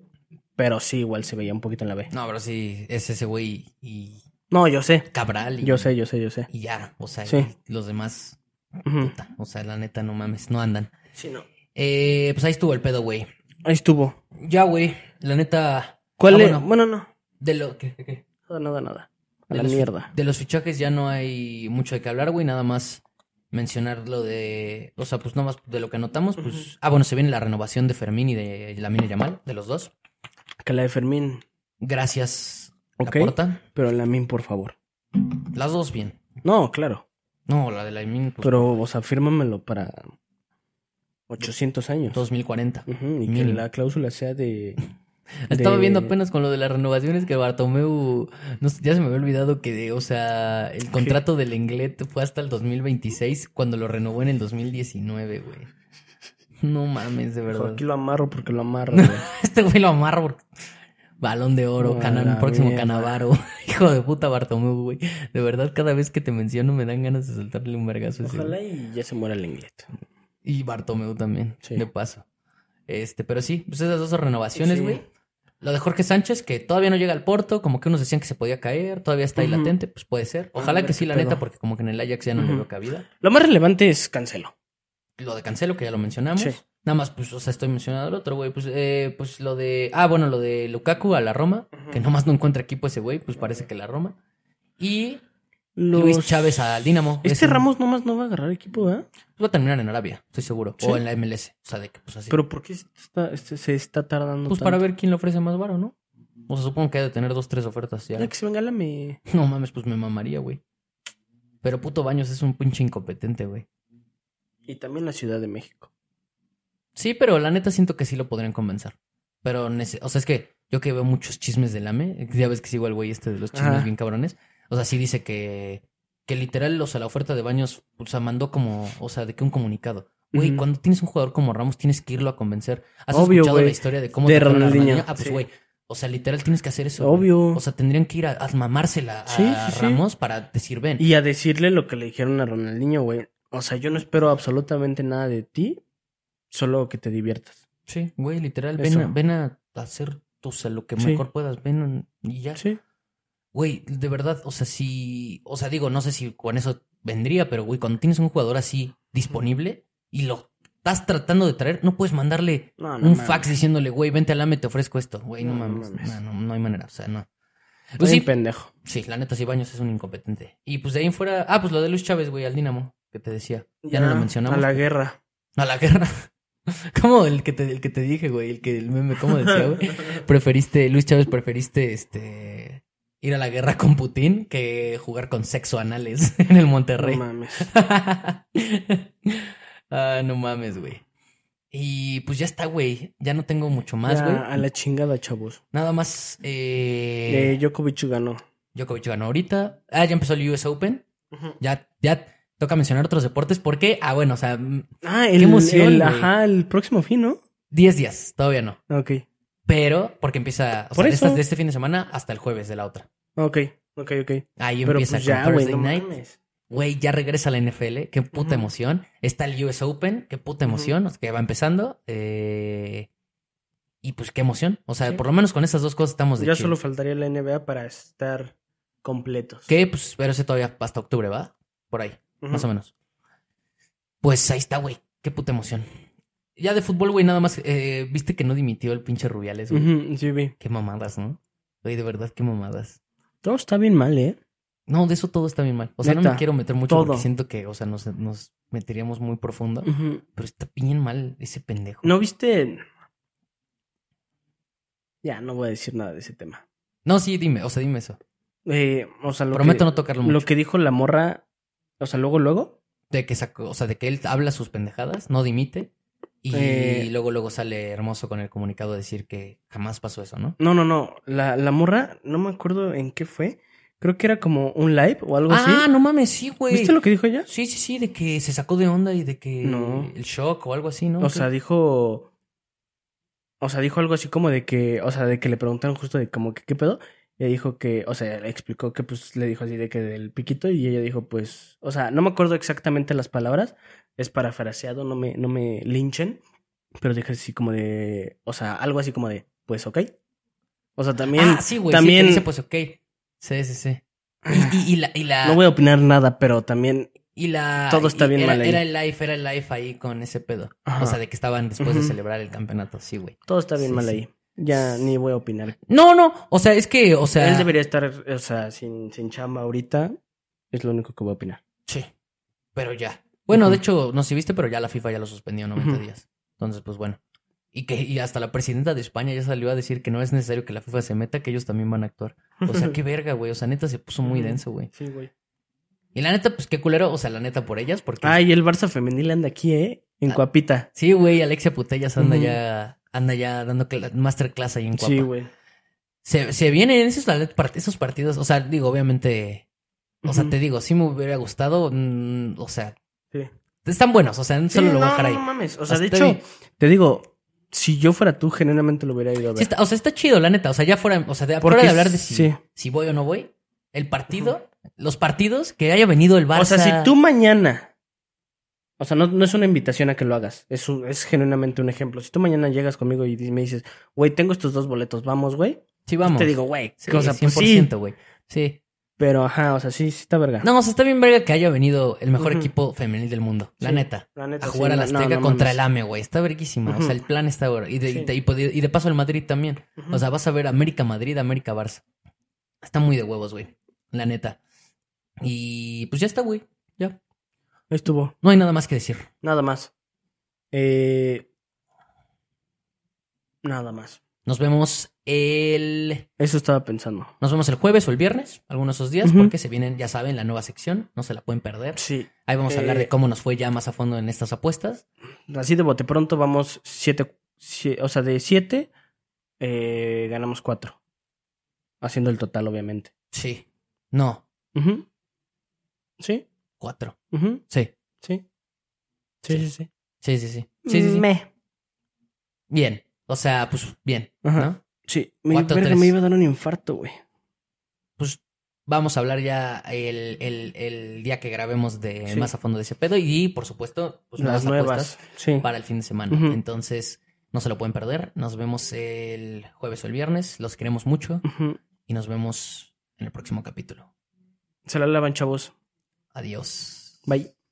Speaker 1: Pero sí, igual se veía un poquito en la B.
Speaker 2: No, pero sí, es ese güey y
Speaker 1: No, yo sé.
Speaker 2: Cabral y,
Speaker 1: Yo sé, yo sé, yo sé.
Speaker 2: y ya. O sea,
Speaker 1: Sí.
Speaker 2: y los demás,
Speaker 1: Ujú.
Speaker 2: puta, o sea, la neta, no mames, no andan.
Speaker 1: Sí, no.
Speaker 2: Eh, pues ahí estuvo el pedo, güey.
Speaker 1: Ahí estuvo.
Speaker 2: Ya, güey, la neta.
Speaker 1: ¿Cuál
Speaker 2: ah,
Speaker 1: es?
Speaker 2: bueno,
Speaker 1: Bueno, no.
Speaker 2: de, lo, ¿qué, qué, qué?
Speaker 1: Nada, nada, nada. A
Speaker 2: De
Speaker 1: la
Speaker 2: los-
Speaker 1: mierda.
Speaker 2: de los fichajes ya no hay mucho de qué hablar, güey. Nada más mencionar lo de. O sea, pues nada más de lo que anotamos, pues.
Speaker 1: Ujú.
Speaker 2: Ah, bueno, se viene la renovación de Fermín y de Lamine Yamal, de los dos.
Speaker 1: Que la de Fermín.
Speaker 2: Gracias,
Speaker 1: Ok.
Speaker 2: Laporta.
Speaker 1: Pero la min, por favor.
Speaker 2: Las dos bien.
Speaker 1: No, claro.
Speaker 2: No, la de Lamine, pues,
Speaker 1: Pero, o sea, fírmamelo para 800 años.
Speaker 2: 2040.
Speaker 1: Ujú, y que
Speaker 2: mínimo.
Speaker 1: la cláusula sea de
Speaker 2: Estaba
Speaker 1: de-
Speaker 2: viendo apenas con lo de las renovaciones que Bartomeu. no sé, ya se me había olvidado que, de- o sea, el contrato del Englet fue hasta el 2026 cuando lo renovó en el 2019, güey. No mames, de
Speaker 1: Ojo,
Speaker 2: verdad.
Speaker 1: Aquí lo amarro porque lo amarro, güey.
Speaker 2: Este güey lo amarra porque- Balón de oro,
Speaker 1: A
Speaker 2: Canan-
Speaker 1: la
Speaker 2: próximo
Speaker 1: mierda.
Speaker 2: Canavaro. Hijo de puta Bartomeu, güey. De verdad, cada vez que te menciono me dan ganas de soltarle un vergazo. a ese güey.
Speaker 1: Ojalá y ya se muera el inglés.
Speaker 2: Y Bartomeu también,
Speaker 1: Sí.
Speaker 2: de paso. Este, pero sí, pues esas dos renovaciones,
Speaker 1: Sí.
Speaker 2: güey. Lo de Jorge Sánchez, que todavía no llega al Porto, como que unos decían que se podía caer, todavía está ahí
Speaker 1: Ujú.
Speaker 2: latente, pues puede ser. Ojalá
Speaker 1: a ver
Speaker 2: que
Speaker 1: qué
Speaker 2: sí, la
Speaker 1: pedo.
Speaker 2: neta, porque como que en el Ajax ya no le
Speaker 1: Ujú.
Speaker 2: veo cabida.
Speaker 1: Lo más relevante es Cancelo.
Speaker 2: Lo de Cancelo, que ya lo mencionamos.
Speaker 1: Sí.
Speaker 2: Nada más, pues, o sea, estoy mencionando al otro, güey. Pues, eh, pues lo de. Ah, bueno, lo de Lukaku a la Roma,
Speaker 1: Ujú.
Speaker 2: que nomás no encuentra equipo ese güey, pues parece que la Roma. Y
Speaker 1: Los-
Speaker 2: Luis Chávez al Dinamo.
Speaker 1: Este
Speaker 2: Ese
Speaker 1: Ramos nomás no va a agarrar equipo, ¿verdad?
Speaker 2: Va a terminar en Arabia, estoy seguro.
Speaker 1: Sí.
Speaker 2: O en la MLS. O sea, de que, pues así.
Speaker 1: Pero ¿por qué se está, este- se está tardando
Speaker 2: Pues para ver quién le ofrece más varo, ¿no? O sea, supongo que ha de tener dos, tres ofertas ya.
Speaker 1: Ya que se venga la E me...
Speaker 2: No mames, pues me mamaría, güey. Pero puto Baños es un pinche incompetente, güey.
Speaker 1: Y también la Ciudad de México.
Speaker 2: Sí, pero la neta siento que sí lo podrían convencer. Pero, nece- o sea, es que yo que veo muchos chismes del AME, ya ves que sigo al güey este de los chismes
Speaker 1: Ajá.
Speaker 2: bien cabrones. O sea, sí dice que, que literal, o sea, la oferta de Baños, o sea, mandó como, o sea, de que un comunicado. Güey,
Speaker 1: Ujú.
Speaker 2: cuando tienes un jugador como Ramos, tienes que irlo a convencer. ¿Has
Speaker 1: Obvio,
Speaker 2: escuchado la
Speaker 1: güey.
Speaker 2: historia de cómo
Speaker 1: De
Speaker 2: fueron a
Speaker 1: Ronaldinho.
Speaker 2: Ah, pues
Speaker 1: Sí.
Speaker 2: güey. O sea, literal tienes que hacer eso. güey.
Speaker 1: Obvio.
Speaker 2: O sea, tendrían que ir a, a mamársela a
Speaker 1: Sí, sí, sí.
Speaker 2: Ramos para decir, ven.
Speaker 1: Y a decirle lo que le dijeron a Ronaldinho, güey. O sea, yo no espero absolutamente nada de ti, solo que te diviertas.
Speaker 2: Sí, güey, literal, ven
Speaker 1: Eso.
Speaker 2: a, ven a hacer, o sea, lo que
Speaker 1: Sí.
Speaker 2: mejor puedas, ven y ya.
Speaker 1: Sí.
Speaker 2: Güey, de verdad, o sea, si, o sea, digo, no sé si con eso vendría, pero güey, cuando tienes un jugador así disponible y lo estás tratando de traer, no puedes mandarle
Speaker 1: No,
Speaker 2: un
Speaker 1: mames.
Speaker 2: fax diciéndole, güey, vente al AME, te ofrezco esto. Güey, no,
Speaker 1: No, no
Speaker 2: mames,
Speaker 1: mames.
Speaker 2: No, no, no hay manera, o sea, no.
Speaker 1: Está
Speaker 2: Pues
Speaker 1: bien
Speaker 2: sí,
Speaker 1: pendejo.
Speaker 2: sí, la neta, sí, Baños es un incompetente. Y pues de ahí en fuera, ah, pues lo de Luis Chávez, güey, al Dinamo, que te decía. Ya, no lo mencionamos.
Speaker 1: A la guerra.
Speaker 2: A la guerra. ¿Cómo el que te, el que te dije, güey? El que el meme, ¿cómo decía, güey? Preferiste, Luis Chávez, preferiste este ir a la guerra con Putin que jugar con sexo anales en el Monterrey.
Speaker 1: No mames.
Speaker 2: ah, no mames, güey. Y pues ya está, güey. Ya no tengo mucho más,
Speaker 1: Ya,
Speaker 2: güey.
Speaker 1: a la chingada, chavos.
Speaker 2: Nada más, eh,
Speaker 1: Eh, Djokovic ganó.
Speaker 2: Djokovic ganó ahorita. Ah, ya empezó el US Open. Ya, ya toca mencionar otros deportes. ¿Por qué? Ah, bueno, o sea, mm,
Speaker 1: Ah, el,
Speaker 2: emoción,
Speaker 1: el-
Speaker 2: güey.
Speaker 1: ajá, el próximo fin, ¿no?
Speaker 2: 10 días, todavía no.
Speaker 1: Ok,
Speaker 2: Pero, porque empieza,
Speaker 1: Por
Speaker 2: o sea, de,
Speaker 1: eso.
Speaker 2: estas- de este fin de semana hasta el jueves de la otra.
Speaker 1: ok, ok, ok.
Speaker 2: Ahí
Speaker 1: Pero
Speaker 2: empieza
Speaker 1: pues
Speaker 2: con
Speaker 1: ya, güey,
Speaker 2: Thursday
Speaker 1: no
Speaker 2: Night.
Speaker 1: mames.
Speaker 2: Güey, ya regresa la NFL, qué puta
Speaker 1: Ujú.
Speaker 2: emoción. Está el US Open, qué puta
Speaker 1: Ujú.
Speaker 2: emoción, o sea, que va empezando. eh, y pues qué emoción. O sea,
Speaker 1: Sí.
Speaker 2: por lo menos con esas dos cosas estamos Pues de
Speaker 1: Ya
Speaker 2: chill.
Speaker 1: solo faltaría la NBA para estar completos.
Speaker 2: Que pues, pero ese todavía hasta octubre, ¿va? Por ahí,
Speaker 1: Ujú.
Speaker 2: más o menos. Pues ahí está, güey, qué puta emoción. Ya de fútbol, güey, nada más, eh, viste que no dimitió el pinche Rubiales, güey.
Speaker 1: Ujú, sí, vi.
Speaker 2: Qué mamadas, ¿no? Güey, de verdad, qué mamadas.
Speaker 1: Todo está bien mal, ¿eh?
Speaker 2: No, de eso todo está bien mal. O sea, no me
Speaker 1: Neta,
Speaker 2: quiero meter mucho
Speaker 1: todo.
Speaker 2: porque siento que, o sea, nos, nos meteríamos muy profundo.
Speaker 1: Ujú.
Speaker 2: Pero está bien mal ese pendejo.
Speaker 1: ¿No viste? Ya, no voy a decir nada de ese tema.
Speaker 2: No, sí, dime, o sea, dime eso.
Speaker 1: Eh, o sea, lo,
Speaker 2: Prometo
Speaker 1: que,
Speaker 2: no tocarlo mucho.
Speaker 1: lo que dijo la morra, o sea, luego, luego,
Speaker 2: De que sacó, o sea, de que él habla sus pendejadas, no dimite. Y
Speaker 1: Eh.
Speaker 2: luego, luego sale hermoso con el comunicado a decir que jamás pasó eso, ¿no?
Speaker 1: No, no, no. La, la morra, no me acuerdo en qué fue. Creo que era como un live o algo
Speaker 2: Ah,
Speaker 1: así.
Speaker 2: no mames, sí, güey.
Speaker 1: ¿Viste lo que dijo ella?
Speaker 2: Sí, sí, sí, de que se sacó de onda y de que
Speaker 1: No.
Speaker 2: el shock o algo así, ¿no?
Speaker 1: O sea, dijo. O sea, dijo algo así como de que. O sea, de que le preguntaron justo de como que qué pedo. Y ella dijo que. O sea, le explicó que pues le dijo así de que del piquito. Y ella dijo, pues. O sea, no me acuerdo exactamente las palabras. Es parafraseado, no me, no me linchen. Pero dijo así como de. O sea, algo así como de. Pues ok. O sea, también.
Speaker 2: ah, sí, güey. También.
Speaker 1: también-
Speaker 2: dice, pues, ok. Sí, sí, sí. Y, y- y la, y la-
Speaker 1: No voy a opinar nada, pero también.
Speaker 2: Y la.
Speaker 1: Todo está
Speaker 2: y
Speaker 1: bien
Speaker 2: era,
Speaker 1: mal ahí.
Speaker 2: Era el live, era el live ahí con ese pedo. O
Speaker 1: Ajá.
Speaker 2: sea, de que estaban después de
Speaker 1: Ujú.
Speaker 2: celebrar el campeonato, sí, güey.
Speaker 1: Todo está bien
Speaker 2: Sí,
Speaker 1: mal
Speaker 2: sí.
Speaker 1: ahí. Ya ni voy a opinar.
Speaker 2: No, no, o sea, es que, o sea.
Speaker 1: Él debería estar, o sea, sin, sin chamba ahorita. Es lo único que voy a opinar.
Speaker 2: Sí, pero ya. Bueno, de
Speaker 1: Ujú.
Speaker 2: hecho, no sé si viste, pero ya la FIFA ya lo suspendió 90
Speaker 1: Ujú.
Speaker 2: días. Entonces, pues bueno. Y que y hasta la presidenta de España ya salió a decir que no es necesario que la FIFA se meta, que ellos también van a actuar. O sea, qué verga, güey. O sea, neta se puso muy
Speaker 1: Ujú.
Speaker 2: denso, güey.
Speaker 1: Sí, güey.
Speaker 2: Y la neta, pues qué culero. O sea, la neta por ellas, porque.
Speaker 1: Ay, el Barça femenil anda aquí, ¿eh? En
Speaker 2: Ah.
Speaker 1: Cuapita.
Speaker 2: Sí, güey, Alexia Putellas anda
Speaker 1: Ujú.
Speaker 2: ya anda ya dando cla- masterclass ahí en Cuapa.
Speaker 1: Sí, güey.
Speaker 2: se, se vienen esos, la neta, part- esos partidos. O sea, digo, obviamente. O sea,
Speaker 1: Ujú.
Speaker 2: te digo, sí me hubiera gustado. mm, o sea,
Speaker 1: Sí.
Speaker 2: están buenos. O sea, no solo
Speaker 1: Sí,
Speaker 2: lo voy a
Speaker 1: no,
Speaker 2: dejar ahí.
Speaker 1: no mames. O sea, de
Speaker 2: Hasta
Speaker 1: hecho,
Speaker 2: ahí.
Speaker 1: te digo, si yo fuera tú, genuinamente lo hubiera ido a ver.
Speaker 2: Sí está- o sea, está chido, la neta. O sea, ya fuera. O sea, de,
Speaker 1: Porque
Speaker 2: fuera de hablar de si,
Speaker 1: sí.
Speaker 2: si voy o no voy. El partido, los partidos, que haya venido el Barça.
Speaker 1: O sea, si tú mañana. O sea, no, no es una invitación a que lo hagas. Es, un- es genuinamente un ejemplo. Si tú mañana llegas conmigo y di- me dices, güey, tengo estos dos boletos, vamos, güey.
Speaker 2: Sí,
Speaker 1: pues
Speaker 2: vamos.
Speaker 1: Te digo, güey.
Speaker 2: Sí,
Speaker 1: o sea, pues sí.
Speaker 2: 100%, güey. Sí.
Speaker 1: Pero ajá, o sea, sí, sí está verga.
Speaker 2: No, o sea, está bien verga que haya venido el mejor
Speaker 1: Ujú.
Speaker 2: equipo femenil del mundo. La
Speaker 1: Sí,
Speaker 2: neta.
Speaker 1: la neta,
Speaker 2: A
Speaker 1: sí,
Speaker 2: jugar a
Speaker 1: no,
Speaker 2: la
Speaker 1: no,
Speaker 2: Azteca
Speaker 1: no
Speaker 2: contra
Speaker 1: mames.
Speaker 2: el AME, güey. Está verguísima. O
Speaker 1: Ujú.
Speaker 2: sea, el plan está, güey. Y de, y
Speaker 1: Sí.
Speaker 2: te- y podi- y de paso el Madrid también.
Speaker 1: Ujú.
Speaker 2: O sea, vas a ver América Madrid, América Barça. Está muy de huevos, güey. La neta. Y pues ya está, güey. Ya.
Speaker 1: Ahí estuvo.
Speaker 2: No hay nada más que decir.
Speaker 1: Nada más. Eh... Nada más.
Speaker 2: Nos vemos el.
Speaker 1: Eso estaba pensando.
Speaker 2: Nos vemos el jueves o el viernes, algunos de esos días,
Speaker 1: Ujú.
Speaker 2: porque se vienen, ya saben, la nueva sección. No se la pueden perder.
Speaker 1: Sí.
Speaker 2: Ahí vamos a hablar
Speaker 1: Eh.
Speaker 2: de cómo nos fue ya más a fondo en estas apuestas.
Speaker 1: Así de bote pronto vamos siete, sie- o sea, de siete eh, ganamos cuatro. Haciendo el total, obviamente.
Speaker 2: Sí. No,
Speaker 1: Ujú. Sí,
Speaker 2: cuatro.
Speaker 1: ujú,
Speaker 2: Sí.
Speaker 1: sí. Sí, sí, sí.
Speaker 2: Sí, sí, sí. Sí, sí, sí.
Speaker 1: Me.
Speaker 2: Bien. O sea, pues bien.
Speaker 1: Ajá.
Speaker 2: ¿no?
Speaker 1: Sí, me,
Speaker 2: Cuatro,
Speaker 1: verga,
Speaker 2: tres.
Speaker 1: me iba a dar un infarto, güey.
Speaker 2: pues vamos a hablar ya el, el- el día que grabemos de
Speaker 1: Sí.
Speaker 2: más a fondo de ese pedo y por supuesto pues,
Speaker 1: Las nuevas.
Speaker 2: apuestas
Speaker 1: Sí.
Speaker 2: para el fin de semana.
Speaker 1: Ujú.
Speaker 2: Entonces no se lo pueden perder. Nos vemos el jueves o el viernes. Los queremos mucho
Speaker 1: Ujú.
Speaker 2: y nos vemos en el próximo capítulo.
Speaker 1: Se la lavan, chavos.
Speaker 2: Adiós.
Speaker 1: Bye.